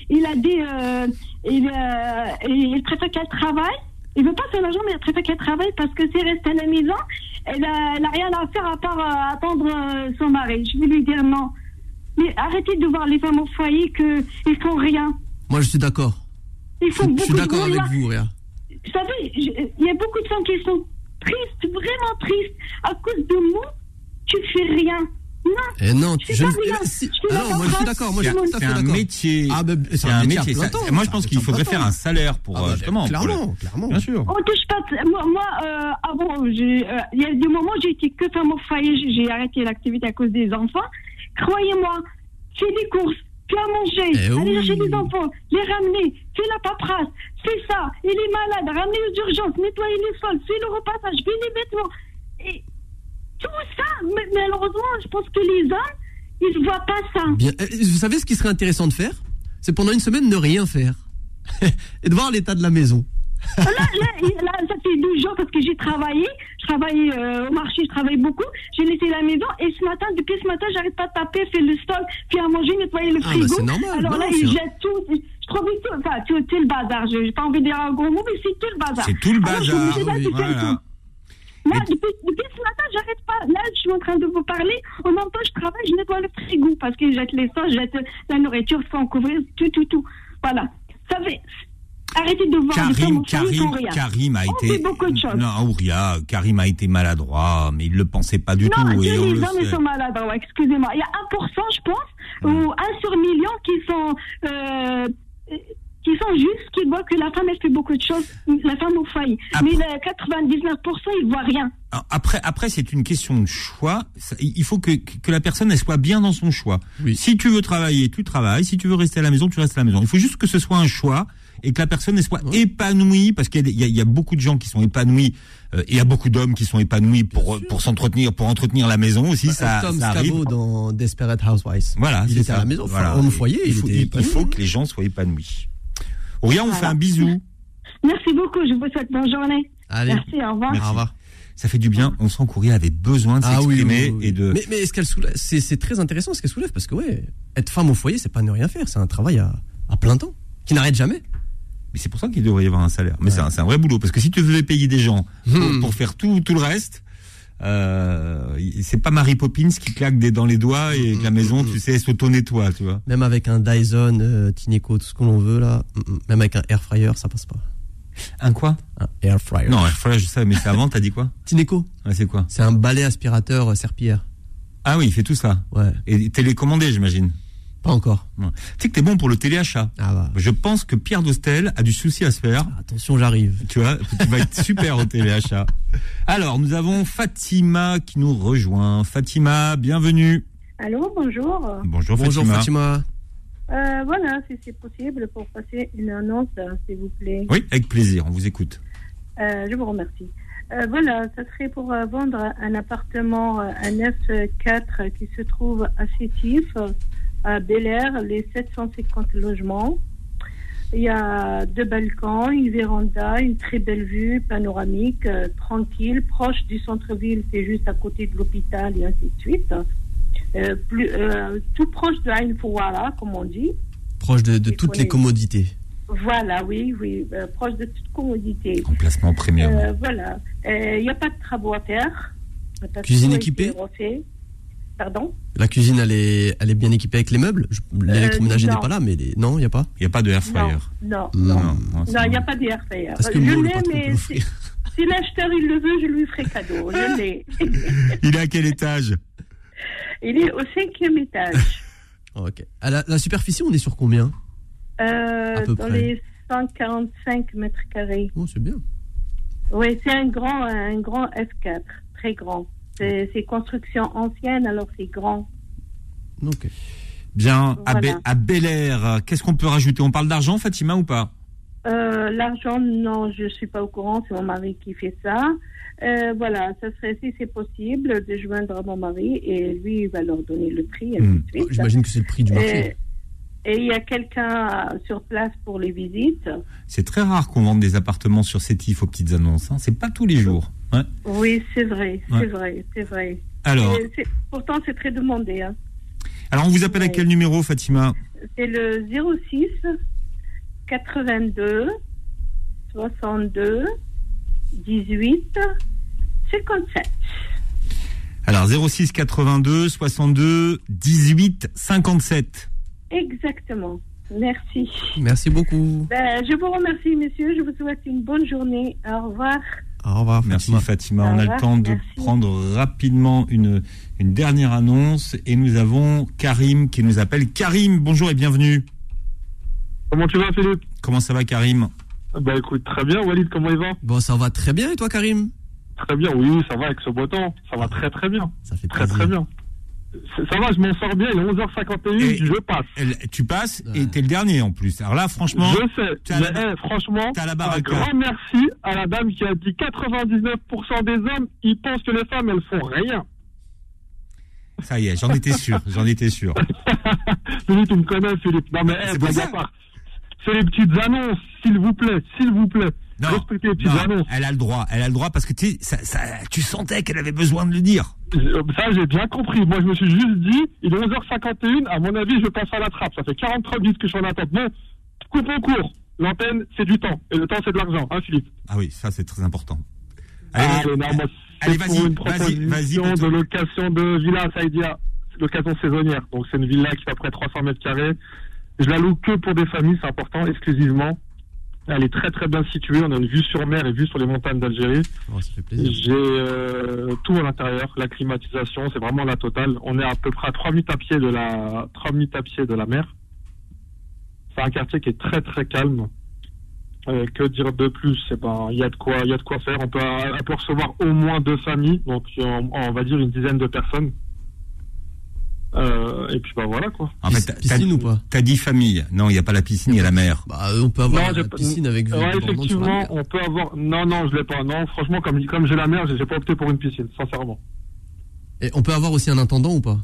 Speaker 12: Il a dit, euh, il, euh, il préfère qu'elle travaille. Il veut pas son argent, mais il préfère qu'elle travaille parce que si elle reste à la maison, elle a, elle a rien à faire à part euh, attendre euh, son mari. Je vais lui dire non. Mais arrêtez de voir les femmes au foyer que ils font rien.
Speaker 3: Moi, je suis d'accord.
Speaker 12: Ils font
Speaker 3: Je
Speaker 12: beaucoup
Speaker 3: suis
Speaker 12: de
Speaker 3: d'accord
Speaker 12: boulot.
Speaker 3: avec vous, Réa.
Speaker 2: Ah,
Speaker 12: Vous savez, je- il y a beaucoup de femmes qui sont tristes, vraiment tristes. À cause de moi, tu fais rien. Non.
Speaker 3: Eh non,
Speaker 12: tu fais
Speaker 3: je
Speaker 12: pas
Speaker 3: ne-
Speaker 12: rien.
Speaker 3: eh, si-
Speaker 12: Tu
Speaker 3: ah
Speaker 12: vas
Speaker 3: non,
Speaker 12: pas
Speaker 3: moi, je suis
Speaker 12: prendre-
Speaker 3: d'accord, moi, je
Speaker 2: C'est
Speaker 3: suis
Speaker 2: un-
Speaker 3: tout à fait
Speaker 2: c'est un
Speaker 3: d'accord.
Speaker 2: métier.
Speaker 3: Ah, ben, c'est
Speaker 2: C'est
Speaker 3: un
Speaker 2: un
Speaker 3: métier à
Speaker 2: métier,
Speaker 3: plein
Speaker 2: ça-
Speaker 3: temps,
Speaker 2: moi, je
Speaker 3: ça,
Speaker 2: pense
Speaker 3: c'est
Speaker 2: qu'il
Speaker 3: un
Speaker 2: faudrait
Speaker 3: plein
Speaker 2: faire
Speaker 3: temps.
Speaker 2: un salaire pour,
Speaker 3: Ah, bah,
Speaker 2: euh, justement, pour le-
Speaker 3: Clairement, clairement.
Speaker 2: Bien sûr.
Speaker 12: On Oh, touche pas. Moi, moi euh, avant, j'ai, euh, il y a des moments, j'ai été que femme au foyer, j'ai- j'ai arrêté l'activité à cause des enfants. Croyez-moi, fais des courses, fais à manger,
Speaker 13: Eh
Speaker 12: allez
Speaker 13: oui.
Speaker 12: chercher des enfants, les ramener, fais la paperasse, fais ça. Il est malade, ramenez aux urgences, nettoyez les sols, fais le repassage, fais les vêtements. Et tout ça, mais- malheureusement, je pense que les hommes, ils ne voient pas ça.
Speaker 3: Bien. Euh, Vous savez ce qui serait intéressant de faire C'est pendant une semaine ne rien faire. Et de voir l'état de la maison.
Speaker 12: là, là, il- là, ça fait 12 jours parce que j'ai travaillé. Je travaille euh, au marché, je travaille beaucoup. J'ai laissé la maison et ce matin, depuis ce matin, j'arrête pas de taper, faire le stock, faire à manger, nettoyer le
Speaker 13: Ah,
Speaker 12: frigo.
Speaker 13: bah, c'est normal.
Speaker 12: Alors
Speaker 13: Non,
Speaker 12: là,
Speaker 13: c'est
Speaker 12: il
Speaker 13: un-
Speaker 12: jette tout. Je trouve que tout, enfin, tout, tout le bazar. Je n'ai pas envie de dire un gros mot, mais c'est tout le bazar.
Speaker 2: C'est tout le
Speaker 12: Bah, Alors, je suis
Speaker 2: bazar.
Speaker 12: obligée d'appliquer
Speaker 2: Voilà.
Speaker 12: le tout. Moi, depuis, depuis ce matin, j'arrête pas. Là, je suis en train de vous parler. En même temps, je travaille, je nettoie le frigo parce que je jette les sols, je jette la nourriture sans couvrir, tout, tout, tout. Voilà. Ça fait. Arrêtez de voir les femmes
Speaker 2: Karim,
Speaker 12: au foyer
Speaker 2: Karim,
Speaker 12: pour rien.
Speaker 2: Karim a
Speaker 12: On
Speaker 2: été.
Speaker 12: fait beaucoup de choses.
Speaker 2: Non, Ouria, Karim a été maladroit, mais il le pensait pas du
Speaker 12: non,
Speaker 2: tout.
Speaker 12: que
Speaker 2: et on
Speaker 12: les
Speaker 2: le
Speaker 12: hommes ils
Speaker 2: sait.
Speaker 12: sont maladroits, excusez-moi. Il y a 1%, je pense, ou 1 sur million qui sont, euh, qui sont justes, qui voient que la femme, elle fait beaucoup de choses, la femme au foyer.
Speaker 2: Ah
Speaker 12: Mais le 99%, ils voient rien.
Speaker 2: Alors, Après, après, c'est une question de choix. Ça- Il faut que, que la personne elle soit bien dans son choix. Si tu veux travailler, tu travailles. Si tu veux rester à la maison, tu restes à la maison. Il faut juste que ce soit un choix et que la personne elle soit épanouie, parce qu'il y a des- il y, a- il y a beaucoup de gens qui sont épanouis. euh, et il y a beaucoup d'hommes qui sont épanouis pour pour s'entretenir, pour entretenir la maison aussi.
Speaker 3: Bah,
Speaker 2: ça,
Speaker 3: Tom
Speaker 2: ça arrive.
Speaker 3: Scavo dans Desperate Housewives.
Speaker 2: Voilà,
Speaker 3: il
Speaker 2: c'est
Speaker 3: était à
Speaker 2: ça.
Speaker 3: la maison,
Speaker 2: Voilà.
Speaker 3: enfin, au foyer.
Speaker 2: Il faut,
Speaker 3: était
Speaker 2: il- il
Speaker 3: épanoui.
Speaker 2: faut que les gens soient épanouis. Ouria, on fait un bisou.
Speaker 12: Merci beaucoup, je vous souhaite bonne journée. Merci, au revoir.
Speaker 2: Merci. Ça fait du bien. On sent qu'Ouria avait besoin de
Speaker 3: Ah oui,
Speaker 2: s'exprimer
Speaker 3: oui, oui,
Speaker 2: et de.
Speaker 3: Mais, mais ce qu'elle soulève, c'est, c'est très intéressant ce qu'elle soulève parce que ouais, être femme au foyer, c'est pas ne rien faire, c'est un travail à, à plein temps qui n'arrête jamais.
Speaker 2: Mais c'est pour ça qu'il devrait y avoir un salaire. Mais c'est un- c'est un vrai boulot. Parce que si tu devais payer des gens pour, pour faire tout, tout le reste, euh, y- c'est pas Mary Poppins qui claque des dents les doigts et que la maison, tu sais, s'auto-nettoie, tu vois.
Speaker 3: Même avec un Dyson, euh, Tineco, tout ce qu'on veut là, mm, mm. même avec un air fryer, ça passe pas.
Speaker 2: Un quoi
Speaker 3: Un air fryer.
Speaker 2: Non, il je sais, mais c'est avant, t'as dit quoi
Speaker 3: Tineco.
Speaker 2: c'est quoi
Speaker 3: C'est un balai aspirateur euh, serpillière.
Speaker 2: Ah oui, il fait tout ça.
Speaker 3: Ouais.
Speaker 2: Et télécommandé, j'imagine.
Speaker 3: Pas encore. Ah bah.
Speaker 2: Ouais. Tu sais que t'es bon pour le téléachat. Je pense que Pierre Dostel a du souci à se faire.
Speaker 3: Attention, j'arrive.
Speaker 2: Tu vois, tu vas être super au téléachat. Alors, nous avons Fatima qui nous rejoint. Fatima, bienvenue.
Speaker 14: Allô, bonjour.
Speaker 2: Bonjour,
Speaker 3: Bonjour
Speaker 2: Fatima.
Speaker 3: Fatima.
Speaker 14: Euh, voilà, si c'est possible, pour passer une annonce, euh, s'il vous plaît.
Speaker 2: Oui, avec plaisir, on vous écoute.
Speaker 14: Euh, je vous remercie. Euh, voilà, ça serait pour euh, vendre un appartement euh, un F4 qui se trouve à Sétif, euh, à Bel Air, les 750 logements. Il y a deux balcons, une véranda, une très belle vue panoramique, euh, tranquille, proche du centre-ville, c'est juste à côté de l'hôpital et ainsi de suite. Euh, plus, euh, tout proche de Ain Fouara, comme on dit.
Speaker 3: Proche de, de
Speaker 14: Et
Speaker 3: toutes
Speaker 14: qu'on
Speaker 3: les
Speaker 14: est-
Speaker 3: commodités.
Speaker 14: Voilà, oui, oui, euh, proche de toute commodité.
Speaker 2: Placement premium.
Speaker 14: Euh, voilà, il n'y a pas de travaux à faire. Parce
Speaker 3: Cuisine
Speaker 14: que tout a
Speaker 3: équipée
Speaker 14: été refait. Pardon
Speaker 3: La cuisine, elle est, elle est bien équipée avec les meubles. Je- L'électroménager
Speaker 14: Euh, non.
Speaker 3: n'est pas là, mais les- non, il n'y a pas. Hmm.
Speaker 2: Il n'y a pas de air
Speaker 14: Non, non, non.
Speaker 3: Non.
Speaker 14: Non, il n'y a pas d'air fryer.
Speaker 3: Parce que
Speaker 14: je
Speaker 3: moi, le
Speaker 14: l'ai,
Speaker 3: patron peut
Speaker 14: mais si,
Speaker 3: l'offrir.
Speaker 14: si l'acheteur il le veut, je lui ferai cadeau. Je l'ai.
Speaker 2: Il est à quel étage
Speaker 14: Il est au cinquième étage,
Speaker 3: Ah, Ok. À la, la superficie, on est sur combien
Speaker 14: euh,
Speaker 3: À peu
Speaker 14: dans
Speaker 3: près.
Speaker 14: les 145 mètres carrés.
Speaker 3: Oh, c'est bien.
Speaker 14: Oui, c'est un grand, un grand F4, très grand. C'est c'est construction ancienne, alors c'est grand.
Speaker 2: Bien, à,
Speaker 14: Voilà.
Speaker 2: Be- à Bel Air, qu'est-ce qu'on peut rajouter On parle d'argent, Fatima, ou pas
Speaker 14: Euh, L'argent, non, je suis pas au courant. C'est mon mari qui fait ça. Euh, voilà, ça serait si c'est possible de joindre mon mari et lui il va leur donner le prix. et ainsi de
Speaker 2: Bah,
Speaker 14: suite.
Speaker 3: Hmm.
Speaker 14: Euh,
Speaker 3: J'imagine que c'est le prix du marché.
Speaker 14: Mmh. Et- Et il y a quelqu'un sur place pour les visites.
Speaker 2: C'est très rare qu'on vende des appartements sur Sétif aux petites annonces. hein. C'est pas tous les jours. Ouais.
Speaker 14: Oui, c'est vrai,
Speaker 2: Ouais.
Speaker 14: c'est vrai, c'est vrai.
Speaker 2: Alors.
Speaker 14: Et c'est- Pourtant, c'est très demandé. hein.
Speaker 2: Alors, on vous appelle à quel numéro, Fatima
Speaker 14: C'est le 06 82 62 18 57.
Speaker 2: Alors 06 82 62 18 57.
Speaker 14: Exactement. Merci.
Speaker 3: Merci beaucoup.
Speaker 14: Ben, je vous remercie, messieurs. Je vous souhaite une bonne journée. Au revoir.
Speaker 2: Au revoir. Merci Fatima.
Speaker 14: Au
Speaker 2: On a le
Speaker 14: revoir,
Speaker 2: temps de
Speaker 14: merci.
Speaker 2: prendre rapidement une, une dernière annonce et nous avons Karim qui nous appelle. Karim, bonjour et bienvenue.
Speaker 13: Comment tu vas Philippe
Speaker 2: Comment ça va Karim
Speaker 13: Bah écoute, très bien. Walid, comment il va
Speaker 3: Bon, ça va très bien et toi, Karim
Speaker 13: Très bien, oui, oui, ça va avec ce beau temps. Ça va très très bien.
Speaker 3: Ça fait
Speaker 13: très très bien. C'est- Ça va, je m'en sors bien. Il est 11h51, je passe.
Speaker 2: tu passes et t'es le dernier en plus. Alors là, franchement,
Speaker 13: Je sais,
Speaker 2: t'as
Speaker 13: mais
Speaker 2: la-
Speaker 13: eh, franchement,
Speaker 2: t'as la
Speaker 13: un
Speaker 2: baraque. hein.
Speaker 13: grand merci à la dame qui a dit 99% des hommes, ils pensent que les femmes, elles font rien.
Speaker 2: ça y est, j'en étais sûr, j'en étais sûr.
Speaker 13: Philippe, tu me connais, Philippe. Non, mais, eh,
Speaker 2: C'est
Speaker 13: blague
Speaker 2: pour ça.
Speaker 13: à part. C'est les petites annonces, s'il vous plaît, s'il vous plaît. Respectez les petites
Speaker 2: Non,
Speaker 13: annonces.
Speaker 2: elle a le droit, elle a le droit parce que tu, sais, ça- ça- tu sentais qu'elle avait besoin de le dire.
Speaker 13: Ça, j'ai bien compris. Moi, je me suis juste dit, il est 11h51, à mon avis, je passe à la trappe. Ça fait 43 minutes que je suis en attente. Bon, coupons court. L'antenne, c'est du temps. Et le temps, c'est de l'argent, hein, Philippe Ah,
Speaker 2: Ah oui, ça c'est très important.
Speaker 13: Allez,
Speaker 2: allez, vas-y,
Speaker 13: pour une
Speaker 2: vas-y,
Speaker 13: proposition
Speaker 2: vas-y,
Speaker 13: de location de villa à Saïdia, location saisonnière. Donc c'est une villa qui fait près de 300 mètres carrés. Je la loue que pour des familles, c'est important, exclusivement. Elle est très très bien située, on a une vue sur mer et vue sur les montagnes d'Algérie. J'ai euh, tout à l'intérieur, la climatisation, c'est vraiment la totale. On est à peu près à 3 minutes à pied de la, 3 minutes à pied de la mer. C'est un quartier qui est très très calme. Euh, que dire de plus Eh ben, il y a de quoi, il y a de quoi faire. On peut, on peut recevoir au moins deux familles, donc euh, on, on va dire une dizaine de personnes. Euh, et puis bah voilà quoi.
Speaker 2: En fait, t'as- t'as- T'as dit famille. Non, il n'y a pas la piscine, il y a la mer.
Speaker 3: Bah, euh, on peut
Speaker 13: Non, j'ai pas- Ouais, effectivement, on peut avoir. Non, non, je l'ai pas. Non, franchement, comme, comme j'ai la mer, j'ai j'ai pas opté pour une piscine, sincèrement.
Speaker 3: Et on peut avoir aussi un intendant ou pas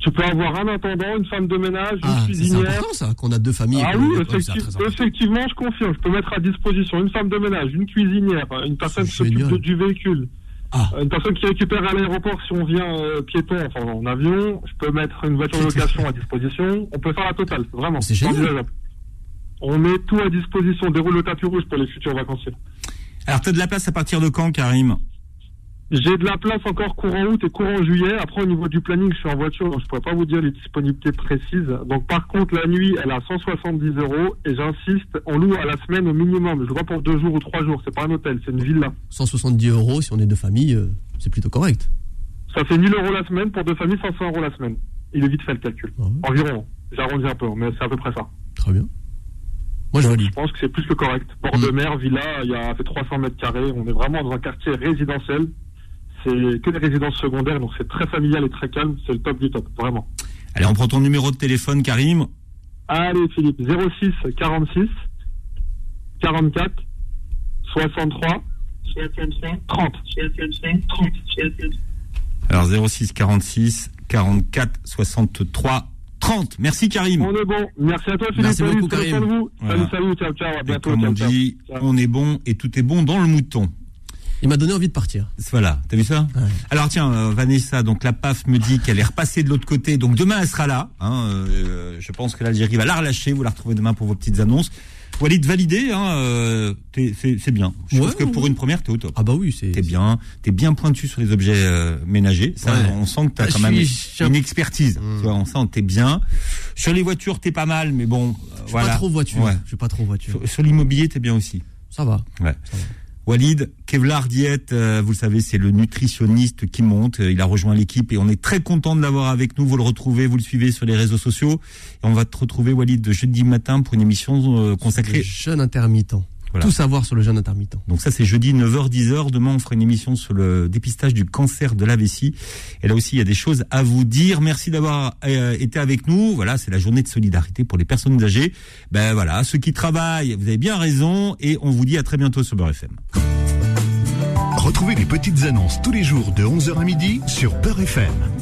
Speaker 13: Tu peux avoir un intendant, une femme de ménage, une
Speaker 3: Ah, c'est
Speaker 13: cuisinière.
Speaker 3: important ça, qu'on a deux familles. et
Speaker 13: Ah
Speaker 3: qu'on-
Speaker 13: oui,
Speaker 3: ouais,
Speaker 13: effecti-
Speaker 3: c'est très important.
Speaker 13: effectivement, je confirme. Je peux mettre à disposition une femme de ménage, une cuisinière, hein, une personne qui s'occupe de- du véhicule,
Speaker 3: Ah.
Speaker 13: euh, une personne qui récupère à l'aéroport si on vient euh, piéton, enfin en avion. Je peux mettre une voiture de location à disposition. On peut faire la totale, vraiment. C'est envisageable. On met tout à disposition. Déroule le tapis rouge pour les futurs vacanciers.
Speaker 2: Alors, t'as de la place à partir de quand, Karim
Speaker 13: J'ai de la place encore courant août et courant juillet. Après, au niveau du planning, je suis en voiture, donc je pourrais pas vous dire les disponibilités précises. Donc, par contre, la nuit, elle est à 170 euros. Et j'insiste, on loue à la semaine au minimum. Je crois pour deux jours ou trois jours. C'est pas un hôtel, c'est une villa.
Speaker 3: 170 euros si on est deux familles, euh, c'est plutôt correct.
Speaker 13: Ça fait 1000 euros la semaine pour deux familles, 500 euros la semaine. Il est vite fait le calcul.
Speaker 2: Ah
Speaker 13: Environ. J'arrondis un peu, mais c'est à peu près ça.
Speaker 3: Très bien. Moi, je valide.
Speaker 13: Je pense que c'est plus que correct. Bord
Speaker 2: Mm.
Speaker 13: de mer, villa, il y a ça fait 300 mètres carrés. On est vraiment dans un quartier résidentiel. C'est que des résidences secondaires, donc c'est très familial et très calme. C'est le top du top, vraiment.
Speaker 2: Allez, on prend ton numéro de téléphone, Karim.
Speaker 13: Allez Philippe, 06 46 44 63 30. 30.
Speaker 2: Alors, 06 46 44 63 30. Merci, Karim.
Speaker 13: On est bon. Merci à toi Philippe. salut, salut, pour vous.
Speaker 2: Voilà.
Speaker 13: Salut, salut, ciao, ciao. À
Speaker 2: Et
Speaker 13: bientôt.
Speaker 2: comme on
Speaker 13: ciao, ciao.
Speaker 2: dit, on est bon et tout est bon dans le mouton.
Speaker 3: Il m'a donné envie de partir.
Speaker 2: Voilà, t'as vu ça Alors tiens, euh, Vanessa, donc la PAF me dit qu'elle est repassée de l'autre côté, donc demain elle sera là. hein, euh, je pense que l'Algérie va la relâcher, vous la retrouvez demain pour vos petites annonces. Walid, validé, hein, euh, t'es- c'est c'est bien. Je
Speaker 3: Ouais,
Speaker 2: trouve que
Speaker 3: ouais.
Speaker 2: pour une première, t'es au top.
Speaker 3: Ah bah oui, c'est.
Speaker 2: T'es bien, t'es bien pointu sur les objets euh, ménagers. Ça,
Speaker 3: Ouais.
Speaker 2: on sent que t'as
Speaker 3: Ah,
Speaker 2: quand
Speaker 3: je
Speaker 2: même
Speaker 3: suis- Hmm. je suis un-
Speaker 2: une expertise. Tu vois, on sent que t'es bien. Sur les voitures, t'es pas mal, mais bon, euh,
Speaker 3: Je suis
Speaker 2: voilà.
Speaker 3: pas trop voiture.
Speaker 2: Ouais.
Speaker 3: Je suis pas trop voiture.
Speaker 2: Sur, sur l'immobilier, t'es bien aussi.
Speaker 3: Ça va.
Speaker 2: Ouais. Walid, Kevlar Diet, euh, vous le savez, c'est le nutritionniste qui monte. Euh, Il a rejoint l'équipe et on est très content de l'avoir avec nous. Vous le retrouvez, vous le suivez sur les réseaux sociaux. Et on va te retrouver, Walid, jeudi matin pour une émission euh, consacrée.
Speaker 3: Jeune intermittent.
Speaker 2: Voilà.
Speaker 3: Tout savoir sur le jeune intermittent.
Speaker 2: Donc ça, c'est jeudi 9h-10h. Demain, on fera une émission sur le dépistage du cancer de la vessie. Et là aussi, il y a des choses à vous dire. Merci d'avoir euh, été avec nous. Voilà, c'est la journée de solidarité pour les personnes âgées. Ben voilà, ceux qui travaillent, vous avez bien raison. Et on vous dit à très bientôt sur Beurre FM.
Speaker 1: Retrouvez les petites annonces tous les jours de 11h à midi sur Peur FM.